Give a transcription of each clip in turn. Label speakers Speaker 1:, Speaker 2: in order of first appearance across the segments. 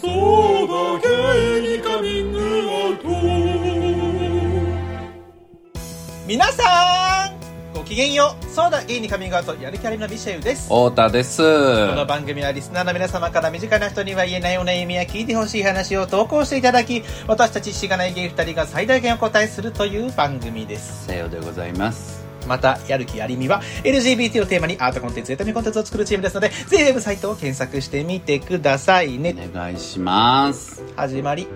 Speaker 1: そうだゲイにカミングアウト
Speaker 2: 皆さんごきげんようそうだゲイにカミングアウトやる気ありのミシェルですこ
Speaker 3: 太田です。
Speaker 2: の番組はリスナーの皆様から身近な人には言えないお悩みや聞いてほしい話を投稿していただき私たちしがないゲイ2人が最大限お答えするという番組です
Speaker 3: さようでございます。
Speaker 2: またやる気ありみは LGBT をテーマにアートコンテンツエンタメコンテンツを作るチームですのでぜひウェブサイトを検索してみてくださいね
Speaker 3: お願いします。
Speaker 2: 始まり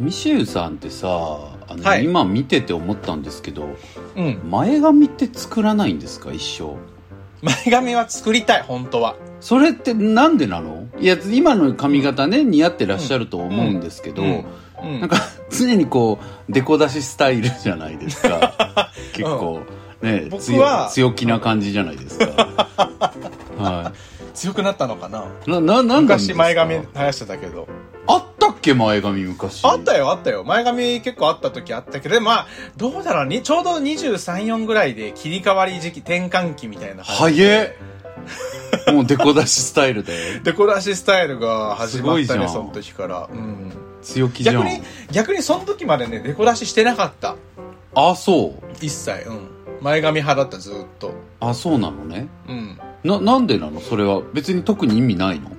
Speaker 3: ミシェルさんってさ、あの、
Speaker 2: はい
Speaker 3: 今見てて思ったんですけど、
Speaker 2: うん
Speaker 3: 前髪って作らないんですか一生。
Speaker 2: 前髪は作りたい本当は
Speaker 3: それってなんでなのいや、今の髪型ね、似合ってらっしゃると思うんですけど、
Speaker 2: うんうん
Speaker 3: なんか常にこう、デコ出しスタイルじゃないです か。結構、ね
Speaker 2: 僕
Speaker 3: 強
Speaker 2: は、
Speaker 3: 強気な感じじゃないですか。は。
Speaker 2: 強くなったのかない
Speaker 3: な、な、なんなんです
Speaker 2: 昔
Speaker 3: か
Speaker 2: 前髪生やしてたけど
Speaker 3: あったっけ前髪昔。
Speaker 2: あったよ、あったよ。前髪結構あった時あったけど、でもまあ、どうだろうに、ちょうど23、4ぐらいで切り替わり時期、転換期みたいな。
Speaker 3: 早えもうデコ出しスタイルで
Speaker 2: デコ出しスタイルが始ま
Speaker 3: すご
Speaker 2: った
Speaker 3: いじゃ
Speaker 2: ね、
Speaker 3: ん
Speaker 2: その時から。うん。
Speaker 3: 強気じゃ
Speaker 2: 逆
Speaker 3: ん
Speaker 2: に、逆にその時までね、デコ出ししてなかった。
Speaker 3: あそう
Speaker 2: 一切、うん。前髪派だった、ずっと。
Speaker 3: あそうなのね
Speaker 2: うん。
Speaker 3: ななんでなのそれは別に特に意味ないの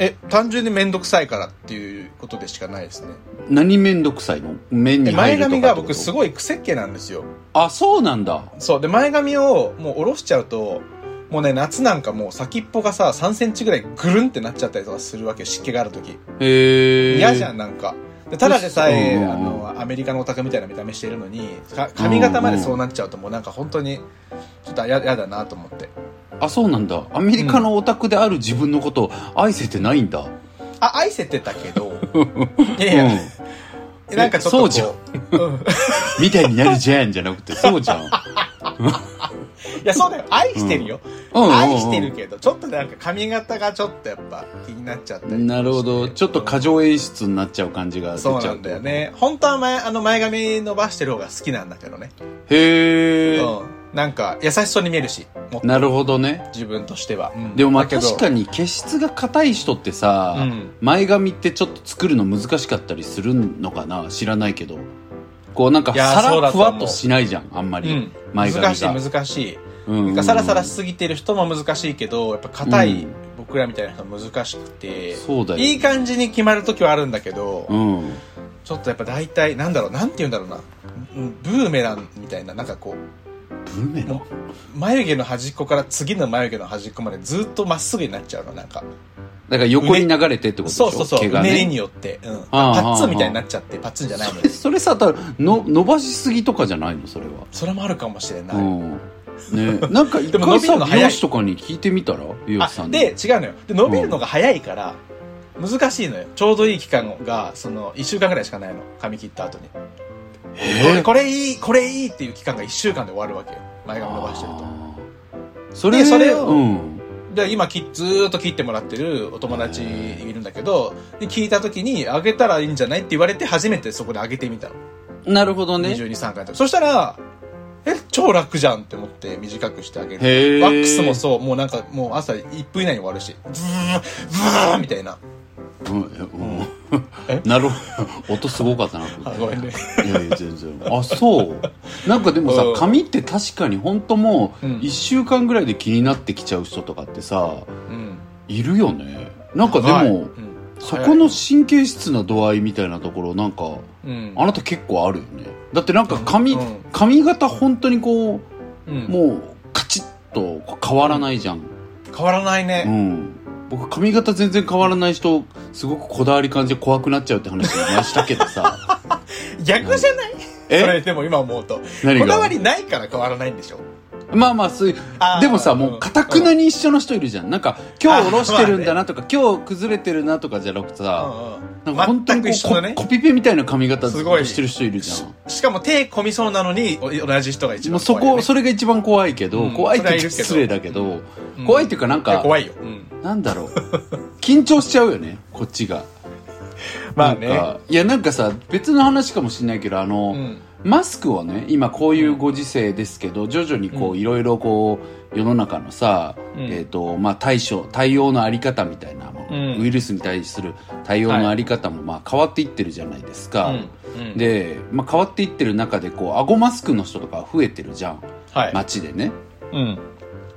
Speaker 2: え、単純にめんどくさいからっていうことでしかないですね。
Speaker 3: 何めんどくさいの面に
Speaker 2: で
Speaker 3: 入る
Speaker 2: 前
Speaker 3: とか
Speaker 2: 髪が僕す
Speaker 3: い
Speaker 2: ごい癖っ気なんですよ。
Speaker 3: あそうなんだ
Speaker 2: そう。で、前髪をもう下ろしちゃうと、もうね、夏なんかもう先っぽがさ、3センチぐらいぐるんってなっちゃったりとかするわけよ、湿気があるとき。
Speaker 3: へえ
Speaker 2: 嫌じゃん、なんか。でただでさえ、
Speaker 3: うん
Speaker 2: あの、アメリカのオタクみたいな見た目してるのに、か髪型までそうなっちゃうともうなんか本当に、ちょっとややだなと思って。
Speaker 3: あそうなんだアメリカのオタクである自分のことを愛せてないんだ、
Speaker 2: あ、愛せてたけ ど、いやいや、
Speaker 3: うん
Speaker 2: えなんかちょっとこ
Speaker 3: そうじゃん
Speaker 2: うん。い
Speaker 3: みたいになるじゃんじゃなくてそうじゃん
Speaker 2: や、そうだよ。愛してるよ。
Speaker 3: うんうんうん
Speaker 2: 愛してるけど、ちょっとなんか髪型がちょっとやっぱ気になっちゃったりして
Speaker 3: なるほどちょっと過剰演出になっちゃう感じが出ちゃう
Speaker 2: そうなんだよね。本当は前、あの前髪伸ばしてる方が好きなんだけどね。
Speaker 3: へえ、
Speaker 2: うん。なんか、優しそうに見えるし、も
Speaker 3: なるほどね
Speaker 2: 自分としては。うん
Speaker 3: でもまあ
Speaker 2: だけど
Speaker 3: 確かに毛質が硬い人ってさ、
Speaker 2: うん
Speaker 3: 前髪ってちょっと作るの難しかったりするのかな知らないけどこうなんか
Speaker 2: いや
Speaker 3: さ
Speaker 2: そう
Speaker 3: ら
Speaker 2: だと
Speaker 3: ふ
Speaker 2: 思う
Speaker 3: わっとしないじゃんあんまり、
Speaker 2: うん
Speaker 3: 前髪が
Speaker 2: 難しい難しい。
Speaker 3: うんうん
Speaker 2: な
Speaker 3: うんん
Speaker 2: かサラサラしすぎてる人も難しいけど、やっぱ硬い、
Speaker 3: うん
Speaker 2: 僕らみたいな人は難しくて、
Speaker 3: そうだよ
Speaker 2: いい感じに決まる時はあるんだけど、
Speaker 3: うん
Speaker 2: ちょっとやっぱ大体、なんだろう、なんて言うんだろうな。うんブーメランみたいな、なんかこう、
Speaker 3: ブメラン
Speaker 2: 眉毛の端っこから次の眉毛の端っこまでずっとまっすぐになっちゃうの、なんか。
Speaker 3: だから横に流れてってことでしょ
Speaker 2: そうそうそう、
Speaker 3: 毛
Speaker 2: う
Speaker 3: が
Speaker 2: ねりに
Speaker 3: ね
Speaker 2: よって、うん。
Speaker 3: ああ
Speaker 2: パッツンみたいになっちゃって、パッツンじゃないの
Speaker 3: え
Speaker 2: で。
Speaker 3: それさたの伸ばしすぎとかじゃないのそれは、
Speaker 2: それもあるかもしれない。
Speaker 3: うんね、 なんか一
Speaker 2: でも
Speaker 3: 回
Speaker 2: 伸びるの
Speaker 3: さ
Speaker 2: 早い
Speaker 3: 美容師とかに聞いてみたら美容
Speaker 2: あ
Speaker 3: 師さんに
Speaker 2: で、違うのよ。で、伸びるのが早いから、難しいのよ。ちょうどいい期間が、その、1週間ぐらいしかないの。髪切った後に。これ
Speaker 3: え
Speaker 2: これいい、これいいっていう期間が1週間で終わるわけよ。前髪伸ばしてると。
Speaker 3: あーそれ
Speaker 2: でそれを
Speaker 3: うん、
Speaker 2: で、今き、ずーっと切ってもらってるお友達いるんだけど、で聞いた時に、あげたらいいんじゃないって言われて、初めてそこであげてみたの。
Speaker 3: なるほどね
Speaker 2: 22、3回とか。そしたら、え、超楽じゃんって思って短くしてあげ
Speaker 3: へー
Speaker 2: る。ワックスもそう、もうなんか、もう朝1分以内に終わるし、ズーン、ズーンみたいな。
Speaker 3: うんうん
Speaker 2: え
Speaker 3: なるほど音すごかったな
Speaker 2: あごめんね。
Speaker 3: いやいや全然あそうなんかでもさ
Speaker 2: うん
Speaker 3: 髪って確かに本当もう
Speaker 2: うん
Speaker 3: 1週間ぐらいで気になってきちゃう人とかってさ
Speaker 2: うん。
Speaker 3: いるよねなんかで
Speaker 2: はい
Speaker 3: も、
Speaker 2: うん
Speaker 3: そこの神経質な度合いみたいなところなんか
Speaker 2: うん
Speaker 3: あなた結構あるよねだってなんか髪、
Speaker 2: うん
Speaker 3: 髪型本当にこ
Speaker 2: うん
Speaker 3: うもうカチッとこう変わらないじゃん
Speaker 2: 変わらないうね。
Speaker 3: ん、僕髪型全然変わらない人すごくこだわり感じで怖くなっちゃうって話を前したけど さ
Speaker 2: 逆じゃないそ
Speaker 3: え
Speaker 2: れでも今思うと。
Speaker 3: 何が
Speaker 2: こだわりないから変わらないんでしょ
Speaker 3: まあまあそういう
Speaker 2: あー
Speaker 3: でもさも
Speaker 2: う
Speaker 3: うんかたくなに一緒の人いるじゃんなんか今日下ろしてるんだ
Speaker 2: あ
Speaker 3: なとか、今日崩れてるなとかじゃなくてさ、
Speaker 2: う
Speaker 3: な
Speaker 2: ん
Speaker 3: んか本当に
Speaker 2: 全
Speaker 3: こ
Speaker 2: く
Speaker 3: う
Speaker 2: 一緒だね
Speaker 3: ココピペみたいな髪型ずっ
Speaker 2: すご
Speaker 3: と
Speaker 2: い
Speaker 3: してる人いるじゃん
Speaker 2: しかも手込みそうなのにお同じ人が一
Speaker 3: もう
Speaker 2: 番
Speaker 3: そ
Speaker 2: 怖い
Speaker 3: こ、
Speaker 2: よね。
Speaker 3: それが一番怖いけど、
Speaker 2: うん
Speaker 3: 怖いって
Speaker 2: それはいるけど
Speaker 3: 失礼だけど、
Speaker 2: うん
Speaker 3: 怖いっていうかなん
Speaker 2: いや
Speaker 3: か、
Speaker 2: 怖いよ。うん
Speaker 3: なんだろう緊張しちゃうよねこっちが
Speaker 2: まあね
Speaker 3: なんかいやなんかさ別の話かもしれないけどあの、
Speaker 2: うん
Speaker 3: マスクをね今こういうご時世ですけど徐々にこ
Speaker 2: う
Speaker 3: うんいろいろこう世の中のさ、
Speaker 2: うん
Speaker 3: えっ、とまあ対処対応のあり方みたいなもの
Speaker 2: うん
Speaker 3: ウイルスに対する対応のあり方もまあ変わっていってるじゃないですか、
Speaker 2: うん
Speaker 3: で、まあ、変わっていってる中でこう顎マスクの人とか増えてるじゃん
Speaker 2: はい、
Speaker 3: 街でね
Speaker 2: うん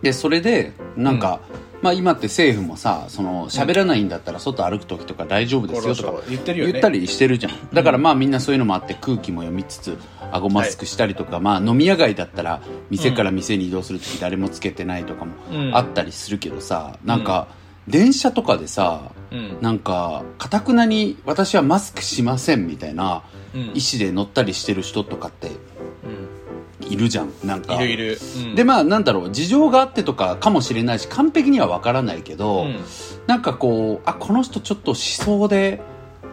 Speaker 3: でそれでなんか、まあ、今って政府もさその喋らないんだったら外歩く時とか大丈夫ですよとか
Speaker 2: 言ってるよね
Speaker 3: 言ったりしてるじゃんだからまあみんなそういうのもあって空気も読みつつ顎マスクしたりとか、まあ飲み屋街だったら店から店に移動する時誰もつけてないとかも
Speaker 2: うん
Speaker 3: あったりするけどさ、なんか電車とかでさ
Speaker 2: うん
Speaker 3: なんかかたくなに私はマスクしませんみたいな
Speaker 2: うん
Speaker 3: 意思で乗ったりしてる人とかって
Speaker 2: うん
Speaker 3: いるじゃんなんか
Speaker 2: いるいる、うん
Speaker 3: でまあなんだろう事情があってとかかもしれないし完璧にはわからないけ
Speaker 2: う
Speaker 3: ど、
Speaker 2: ん
Speaker 3: なんかこうあこの人ちょっと思想で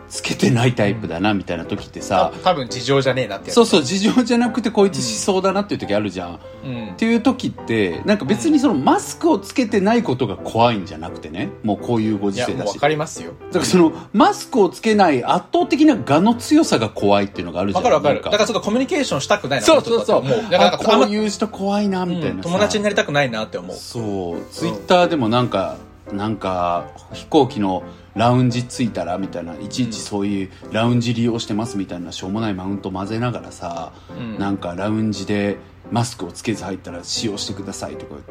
Speaker 3: つけてないタイプだなみたいな時ってさ
Speaker 2: た、多分事情じゃねえなってやつ
Speaker 3: そうそう事情じゃなくてこいつ思想だなっていう時あるじゃん、っ
Speaker 2: うん
Speaker 3: ていう時ってなんか別にそのマスクをつけてないことが怖いんじゃなくてねもうこういうご
Speaker 2: い
Speaker 3: 時
Speaker 2: や
Speaker 3: 世
Speaker 2: も
Speaker 3: だ
Speaker 2: う
Speaker 3: し
Speaker 2: 分かりますよ
Speaker 3: だからそのマスクをつけない圧倒的な我の強さが怖いっていうのがあるじゃ
Speaker 2: 分
Speaker 3: ん
Speaker 2: かる分かる
Speaker 3: なん
Speaker 2: だからちょっとコミュニケーションしたくないな
Speaker 3: そうそうそう
Speaker 2: この人とかもうだから
Speaker 3: あ
Speaker 2: なんかあん
Speaker 3: こ
Speaker 2: ま
Speaker 3: ういう人怖いなみたいなさ、
Speaker 2: うん友達になりたくないなって思う
Speaker 3: そうツイッターでもなんか、なんか飛行機のラウンジ着いたらみたいないちいちそういうラウンジ利用してますみたいなしょうもないマウント混ぜながらさ、
Speaker 2: うん
Speaker 3: なんかラウンジでマスクをつけず入ったら使用してくださいとか言っ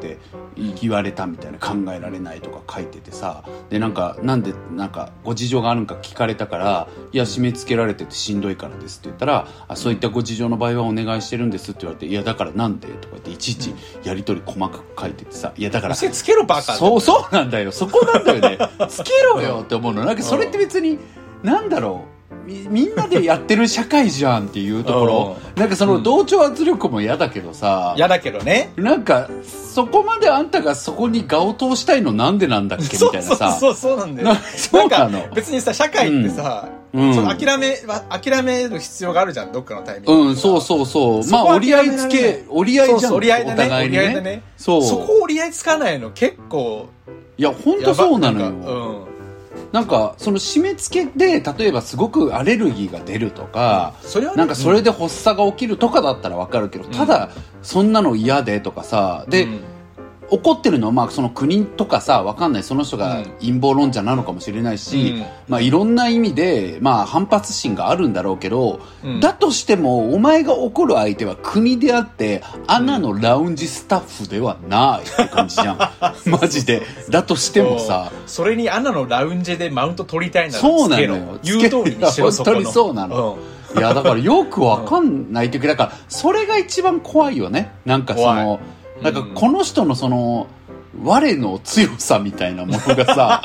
Speaker 3: て言われたみたいな考えられないとか書いててさでなんかなんでなんかご事情があるんか聞かれたからいや締め付けられててしんどいからですって言ったらあそういったご事情の場合はお願いしてるんですって言われていやだからなんでとか言っていちいちやり取り細かく書いててさいやだから
Speaker 2: 癖つけろバカ
Speaker 3: そうそうなんだよそこなんだよねつけろよって思うのなんかそれって別になんだろうみみんなでやってる社会じゃんっていうところなんかその同調圧力も嫌だけどさ
Speaker 2: 嫌だけどね
Speaker 3: なんかそこまであんたがそこに顔を通したいのなんでなんだっけみたいなさ
Speaker 2: そうそうそうそうなんだよ
Speaker 3: なそうなの
Speaker 2: んか別にさ社会ってさ、
Speaker 3: うん
Speaker 2: その諦めは諦める必要があるじゃんどっかのタイミン
Speaker 3: う
Speaker 2: グ
Speaker 3: んそうそうそう
Speaker 2: そこ
Speaker 3: まあ
Speaker 2: は
Speaker 3: 折り合いつ
Speaker 2: 諦められ
Speaker 3: け折り合いじゃ
Speaker 2: ない
Speaker 3: ん
Speaker 2: そうそう折り合いだね
Speaker 3: お互いに
Speaker 2: 折り合いだね
Speaker 3: ねそう
Speaker 2: そこを折り合いつかないの結構
Speaker 3: いや本
Speaker 2: や
Speaker 3: 当
Speaker 2: ば
Speaker 3: そうなのよ
Speaker 2: んかうん
Speaker 3: なんかその締め付けで例えばすごくアレルギーが出るとか、
Speaker 2: それはね
Speaker 3: なんかそれで発作が起きるとかだったらわかるけど、ただそんなの嫌でとかさで、
Speaker 2: うん
Speaker 3: 怒ってるのはまあその国とかさわかんないその人
Speaker 2: う
Speaker 3: が
Speaker 2: ん
Speaker 3: 陰謀論者なのかもしれないし、
Speaker 2: うん
Speaker 3: まあ、いろんな意味で、まあ、反発心があるんだろうけど、
Speaker 2: うん
Speaker 3: だとしてもお前が怒る相手は国であってアナのラウンジスタッフではないって感じじゃんマジでだとしてもさ
Speaker 2: そうそれにアナのラウンジでマウント取りたいなら
Speaker 3: そうなの
Speaker 2: つけ
Speaker 3: よ
Speaker 2: ろ言う通りにしろ
Speaker 3: つけろ本当にそうなの、いやだからよくわかんない時だからそれが一番怖いよねなんかその
Speaker 2: い
Speaker 3: なんかこの人のその我の強さみたいなものが さ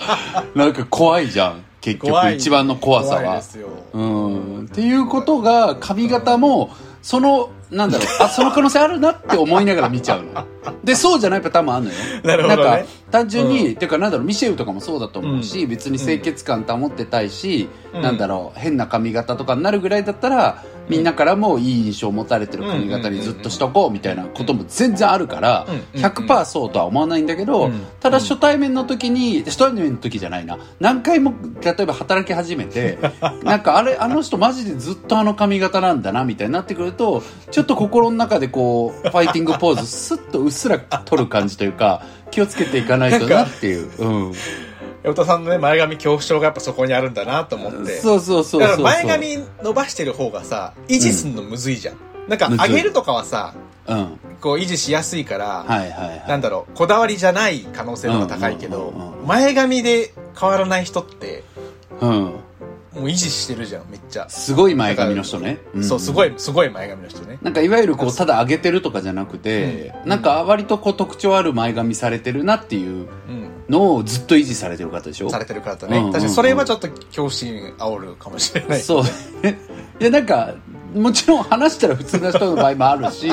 Speaker 3: なんか怖いじゃん結
Speaker 2: 怖
Speaker 3: 局
Speaker 2: い
Speaker 3: 一番の怖さ
Speaker 2: 怖い
Speaker 3: は
Speaker 2: ですよ
Speaker 3: うんっていうことが髪型もそのなんだろうあその可能性あるなって思いながら見ちゃう のでそうじゃないパターンもあるのよ
Speaker 2: なるほどね
Speaker 3: んか単純に、っていうかなんだろうミシェルとかもそうだと思うし、
Speaker 2: うん
Speaker 3: 別に清潔感保ってたいし、
Speaker 2: うん
Speaker 3: なんだろう変な髪型とかになるぐらいだったらみんなからもいい印象を持たれてる髪型にずっとしとこうみたいなことも全然あるから、
Speaker 2: うん
Speaker 3: 100%そうとは思わないんだけど、
Speaker 2: うん
Speaker 3: ただ初対面の時に初対面の時じゃないな何回も例えば働き始め てなんかあれあの人マジでずっとあの髪型なんだなみたいになってくるとちょっと心の中でこうファイティングポーズスッとうっすら取る感じというか気をつけていかないとなっていう、うん、
Speaker 2: 太田さんのね前髪恐怖症がやっぱそこにあるんだなと思って
Speaker 3: そうそうそうそう
Speaker 2: だから前髪伸ばしてる方がさ維持すんのむずいじゃん、なんか
Speaker 3: むずい
Speaker 2: 上げるとかはさ
Speaker 3: うん
Speaker 2: こう維持しやすいから、
Speaker 3: はいはいは
Speaker 2: ないんだろうこだわりじゃない可能性の方が高いけど、
Speaker 3: うんうんうんうん
Speaker 2: 前髪で変わらない人って
Speaker 3: うん
Speaker 2: もう維持してるじゃんめっちゃ、
Speaker 3: すごい前髪の人ね、ん
Speaker 2: そうすごいすごい前髪の人ね
Speaker 3: なんかいわゆるこうただ上げてるとかじゃなくて、
Speaker 2: うん
Speaker 3: なんか割とこう特徴ある前髪されてるなっていう
Speaker 2: うん
Speaker 3: のをずっと維持されてる方でしょ
Speaker 2: されてる方ね、
Speaker 3: うんうんうん
Speaker 2: 確かにそれはちょっと恐怖心煽るかもしれない
Speaker 3: そう いやなんかもちろん話したら普通な人の場合もある し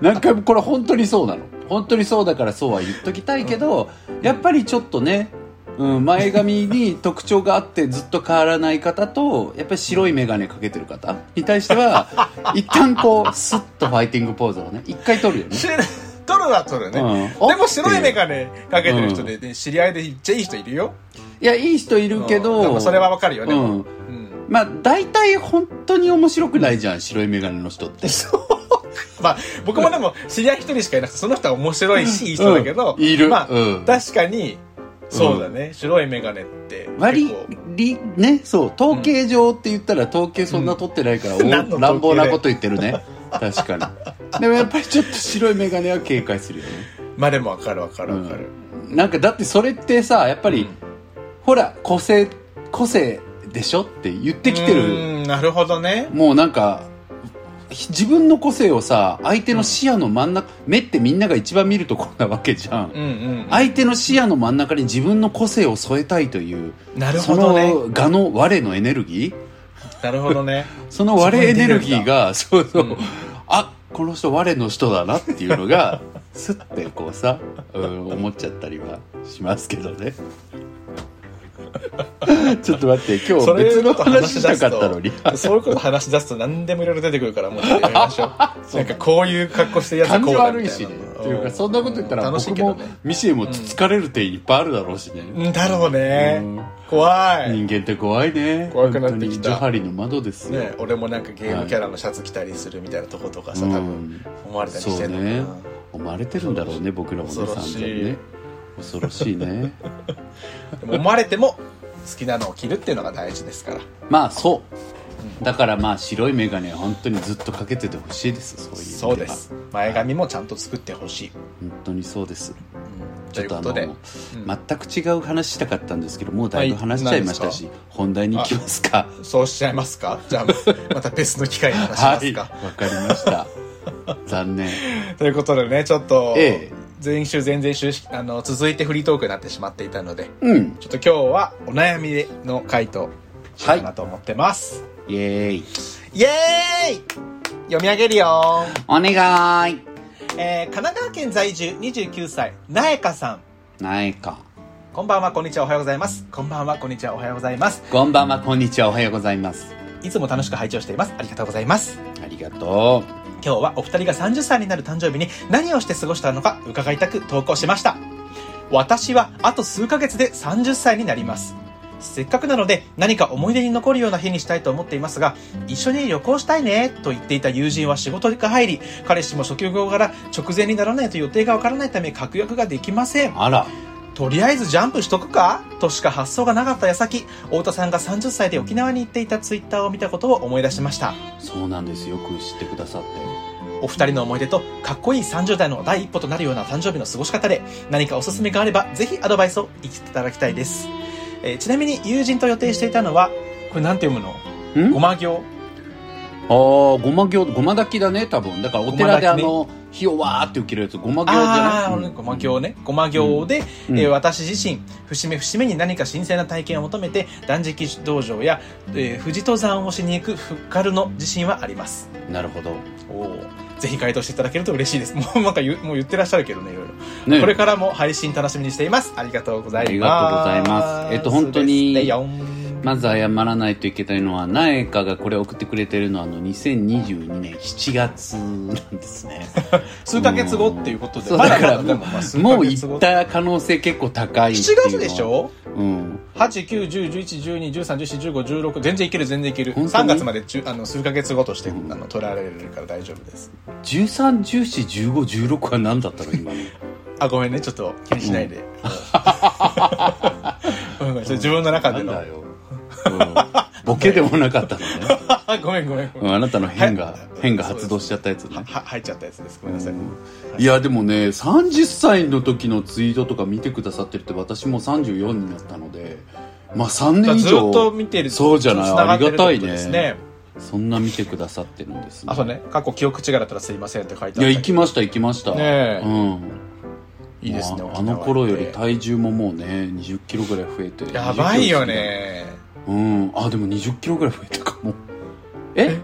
Speaker 3: なんかこれ本当にそうなの本当にそうだからそうは言っときたいけど、やっぱりちょっとね、うん、前髪に特徴があってずっと変わらない方とやっぱり白い眼鏡かけてる方に対して は一旦こうスッとファイティングポーズをね一回取るよね
Speaker 2: 知らない取るは取るね、
Speaker 3: うん
Speaker 2: でも白い眼鏡かけてる人で、ね知り合いでめっちゃいい人いるよ
Speaker 3: いやいい人いるけ
Speaker 2: うんな
Speaker 3: ど、
Speaker 2: んかそれはわかるよね、
Speaker 3: うん
Speaker 2: うん
Speaker 3: まあ大体本当に面白くないじゃん白い眼鏡の人って
Speaker 2: まあ僕もでも知り合い一人しかいなくてその人は面白いしいい人だけど、
Speaker 3: うんいる
Speaker 2: まあ
Speaker 3: うん
Speaker 2: 確かにそうだね。白いメガネって。
Speaker 3: 割
Speaker 2: 結構
Speaker 3: りねそう統計上って言ったら統計そんな取ってないから、お
Speaker 2: 何の統計だよ
Speaker 3: 乱暴なこと言ってるね確かにでもやっぱりちょっと白い眼鏡は警戒するよね
Speaker 2: まあでもわかるわかるわかる。
Speaker 3: なんかだってそれってさやっぱり、
Speaker 2: うん
Speaker 3: ほら個性個性でしょって言ってきて
Speaker 2: う
Speaker 3: る、
Speaker 2: ーんなるほどね。
Speaker 3: もうなんか自分の個性をさ相手の視野の真ん中、目ってみんなが一番見るところなわけじゃん、
Speaker 2: うんうん。
Speaker 3: 相手の視野の真ん中に自分の個性を添えたいという
Speaker 2: なる
Speaker 3: そ
Speaker 2: ほどね。
Speaker 3: の我の我のエネルギー
Speaker 2: なるほどね。
Speaker 3: その我エネルギーがそうそう、あこの人我の人だなっていうのが スッてこうさ、うん、思っちゃったりはしますけどね ちょっと待って今日
Speaker 2: そうい
Speaker 3: 別
Speaker 2: うこ
Speaker 3: の
Speaker 2: と
Speaker 3: 話したかったのに
Speaker 2: と そういうこと話し出すと何でもいろいろ出てくるからもうちょっとやめまし ょうなんかこういう格好してるやつは
Speaker 3: 感
Speaker 2: こ
Speaker 3: じ
Speaker 2: うだ
Speaker 3: 悪
Speaker 2: み
Speaker 3: い
Speaker 2: た
Speaker 3: し
Speaker 2: い
Speaker 3: ね
Speaker 2: な
Speaker 3: っていうかそんなこと言ったら
Speaker 2: 楽しい
Speaker 3: 僕
Speaker 2: けど
Speaker 3: も
Speaker 2: ね
Speaker 3: ミシェもつつかれる点いっぱいあるだろうしね、
Speaker 2: うんだろうね
Speaker 3: うん
Speaker 2: 怖い
Speaker 3: 人間って怖いね
Speaker 2: 怖くなって
Speaker 3: 本
Speaker 2: きた
Speaker 3: 当にジョハリの窓ですよ、
Speaker 2: ね俺もなんかゲームキャラのシャツ着たりするみたいなとことかさ
Speaker 3: うん
Speaker 2: 多分思われたりしてるのか
Speaker 3: そう思われてるんだろうね僕らもね
Speaker 2: 恐ろしい
Speaker 3: 散々ね恐ろしいね
Speaker 2: なでも思われても好きなのを着るっていうのが大事ですから
Speaker 3: まあそうだからまあ白い眼鏡は本当にずっとかけててほしいですそういう意味は
Speaker 2: そうです前髪もちゃんと作ってほしい
Speaker 3: 本当にそうです
Speaker 2: という
Speaker 3: あ
Speaker 2: こと
Speaker 3: の
Speaker 2: で
Speaker 3: 全く違う話したかったんですけどもうだいぶ話しちゃいましたし、本題に行きますか
Speaker 2: そうしちゃいますかじゃあまた別の機会に話しま
Speaker 3: は
Speaker 2: す
Speaker 3: い
Speaker 2: か
Speaker 3: わかりました 残念
Speaker 2: ということでねちょっと
Speaker 3: ええ
Speaker 2: 前週前々週あの続いてフリートークになってしまっていたので
Speaker 3: うん
Speaker 2: ちょっと今日はお悩みの回答しようかなと思ってます、
Speaker 3: イエーイ
Speaker 2: イエーイ読み上げるよ、
Speaker 3: お願い
Speaker 2: えー、神奈川県在住29歳なえかさん
Speaker 3: ないか
Speaker 2: こんばんはこんにちはおはようございますこんばんはこんにちはおはようございます
Speaker 3: こんばんはこんにちはおはようございます
Speaker 2: いつも楽しく拝聴していますありがとうございます
Speaker 3: ありがと
Speaker 2: 今日はお二人が30歳になる誕生日に何をして過ごしたのか伺いたく投稿しました私はあと数ヶ月で30歳になりますせっかくなので何か思い出に残るような日にしたいと思っていますが一緒に旅行したいねと言っていた友人は仕事が入り彼氏も初級号から直前にならないと予定がわからないため確約ができません
Speaker 3: うあら
Speaker 2: とりあえずジャンプしとくかとしか発想がなかった矢先太田さんが30歳で沖縄に行っていたツイッターを見たことを思い出しました
Speaker 3: そうなんですよく知ってくださって
Speaker 2: お二人の思い出とかっこいい30代の第一歩となるような誕生日の過ごし方で何かおすすめがあればぜひアドバイスをいただきたいです、えーちなみに友人と予定していたのはこれなんて読むの
Speaker 3: ん
Speaker 2: ごま行
Speaker 3: ああごま行ごま炊きだね多分だからお寺であ
Speaker 2: ごま炊きね
Speaker 3: の、火をわーって受けるやつごま行じ
Speaker 2: あ
Speaker 3: ゃ
Speaker 2: あ
Speaker 3: ない
Speaker 2: ー、ごま行ねごま行で、
Speaker 3: うん
Speaker 2: えー私自身節目節目に何か新鮮な体験を求めて断食道場や、えー富士登山をしに行くふっかるの自信はあります
Speaker 3: うんなるほど、
Speaker 2: おーぜひ回答していただけると嬉しいですもうなんか言うもう言ってらっしゃるけどねいろいろ
Speaker 3: ね、
Speaker 2: これからも配信楽しみにしています。ありがとうございます。
Speaker 3: ありがとうございますえっと本当に
Speaker 2: ですねよん
Speaker 3: まず謝らないといけないのは苗花がこれ送ってくれてるのはあの2022年7月なんです ね
Speaker 2: 数ヶ月後っていうことで、
Speaker 3: そう
Speaker 2: ま
Speaker 3: だ
Speaker 2: だ
Speaker 3: か
Speaker 2: ま
Speaker 3: ら
Speaker 2: だで
Speaker 3: も
Speaker 2: もまあ
Speaker 3: う
Speaker 2: 数ヶ
Speaker 3: もう
Speaker 2: 月
Speaker 3: 行
Speaker 2: 後。
Speaker 3: っ
Speaker 2: 7
Speaker 3: た可能性結構高いっていうのは
Speaker 2: 月でしょ
Speaker 3: うん
Speaker 2: 8、9、10、11、12、13、14、15、16、全然いける、全然いける。
Speaker 3: 本当に
Speaker 2: 3月まで中あの数ヶ月後として、
Speaker 3: うん
Speaker 2: あの、取られるから大丈夫です。
Speaker 3: 13141516は何だったの今の
Speaker 2: あ、ごめんね、ちょっと気にしないで。ごめんごめん、それ自分の中
Speaker 3: な
Speaker 2: で
Speaker 3: ん
Speaker 2: の
Speaker 3: だ。よ、うんボケでもなかったのね、
Speaker 2: ごめんごめんご
Speaker 3: う
Speaker 2: めん。
Speaker 3: ん、あなたの変が
Speaker 2: はい
Speaker 3: 変が発動しちゃったやつね
Speaker 2: は、は入っちゃったやつです。ごめんなさい。
Speaker 3: いやでもね30歳の時のツイートとか見てくださってるって私も34になったのでまあ3
Speaker 2: だから
Speaker 3: 年以
Speaker 2: ずっと
Speaker 3: 上
Speaker 2: 見てる。
Speaker 3: そうじゃない
Speaker 2: 繋がってるってこと
Speaker 3: ありがたいね
Speaker 2: ですね。
Speaker 3: そんな見てくださってるんですね
Speaker 2: あとね、過去記憶違いだったらすいませんって書いて
Speaker 3: い
Speaker 2: あ
Speaker 3: や
Speaker 2: る。
Speaker 3: 行きました行きました、
Speaker 2: ねえ
Speaker 3: うん
Speaker 2: いいですね、
Speaker 3: まあ、あ
Speaker 2: 沖縄
Speaker 3: の
Speaker 2: って
Speaker 3: 頃より体重ももうね2 0キロぐらい増えて
Speaker 2: やばいよね。
Speaker 3: うんあでも2 0キロぐらい増えたかもえ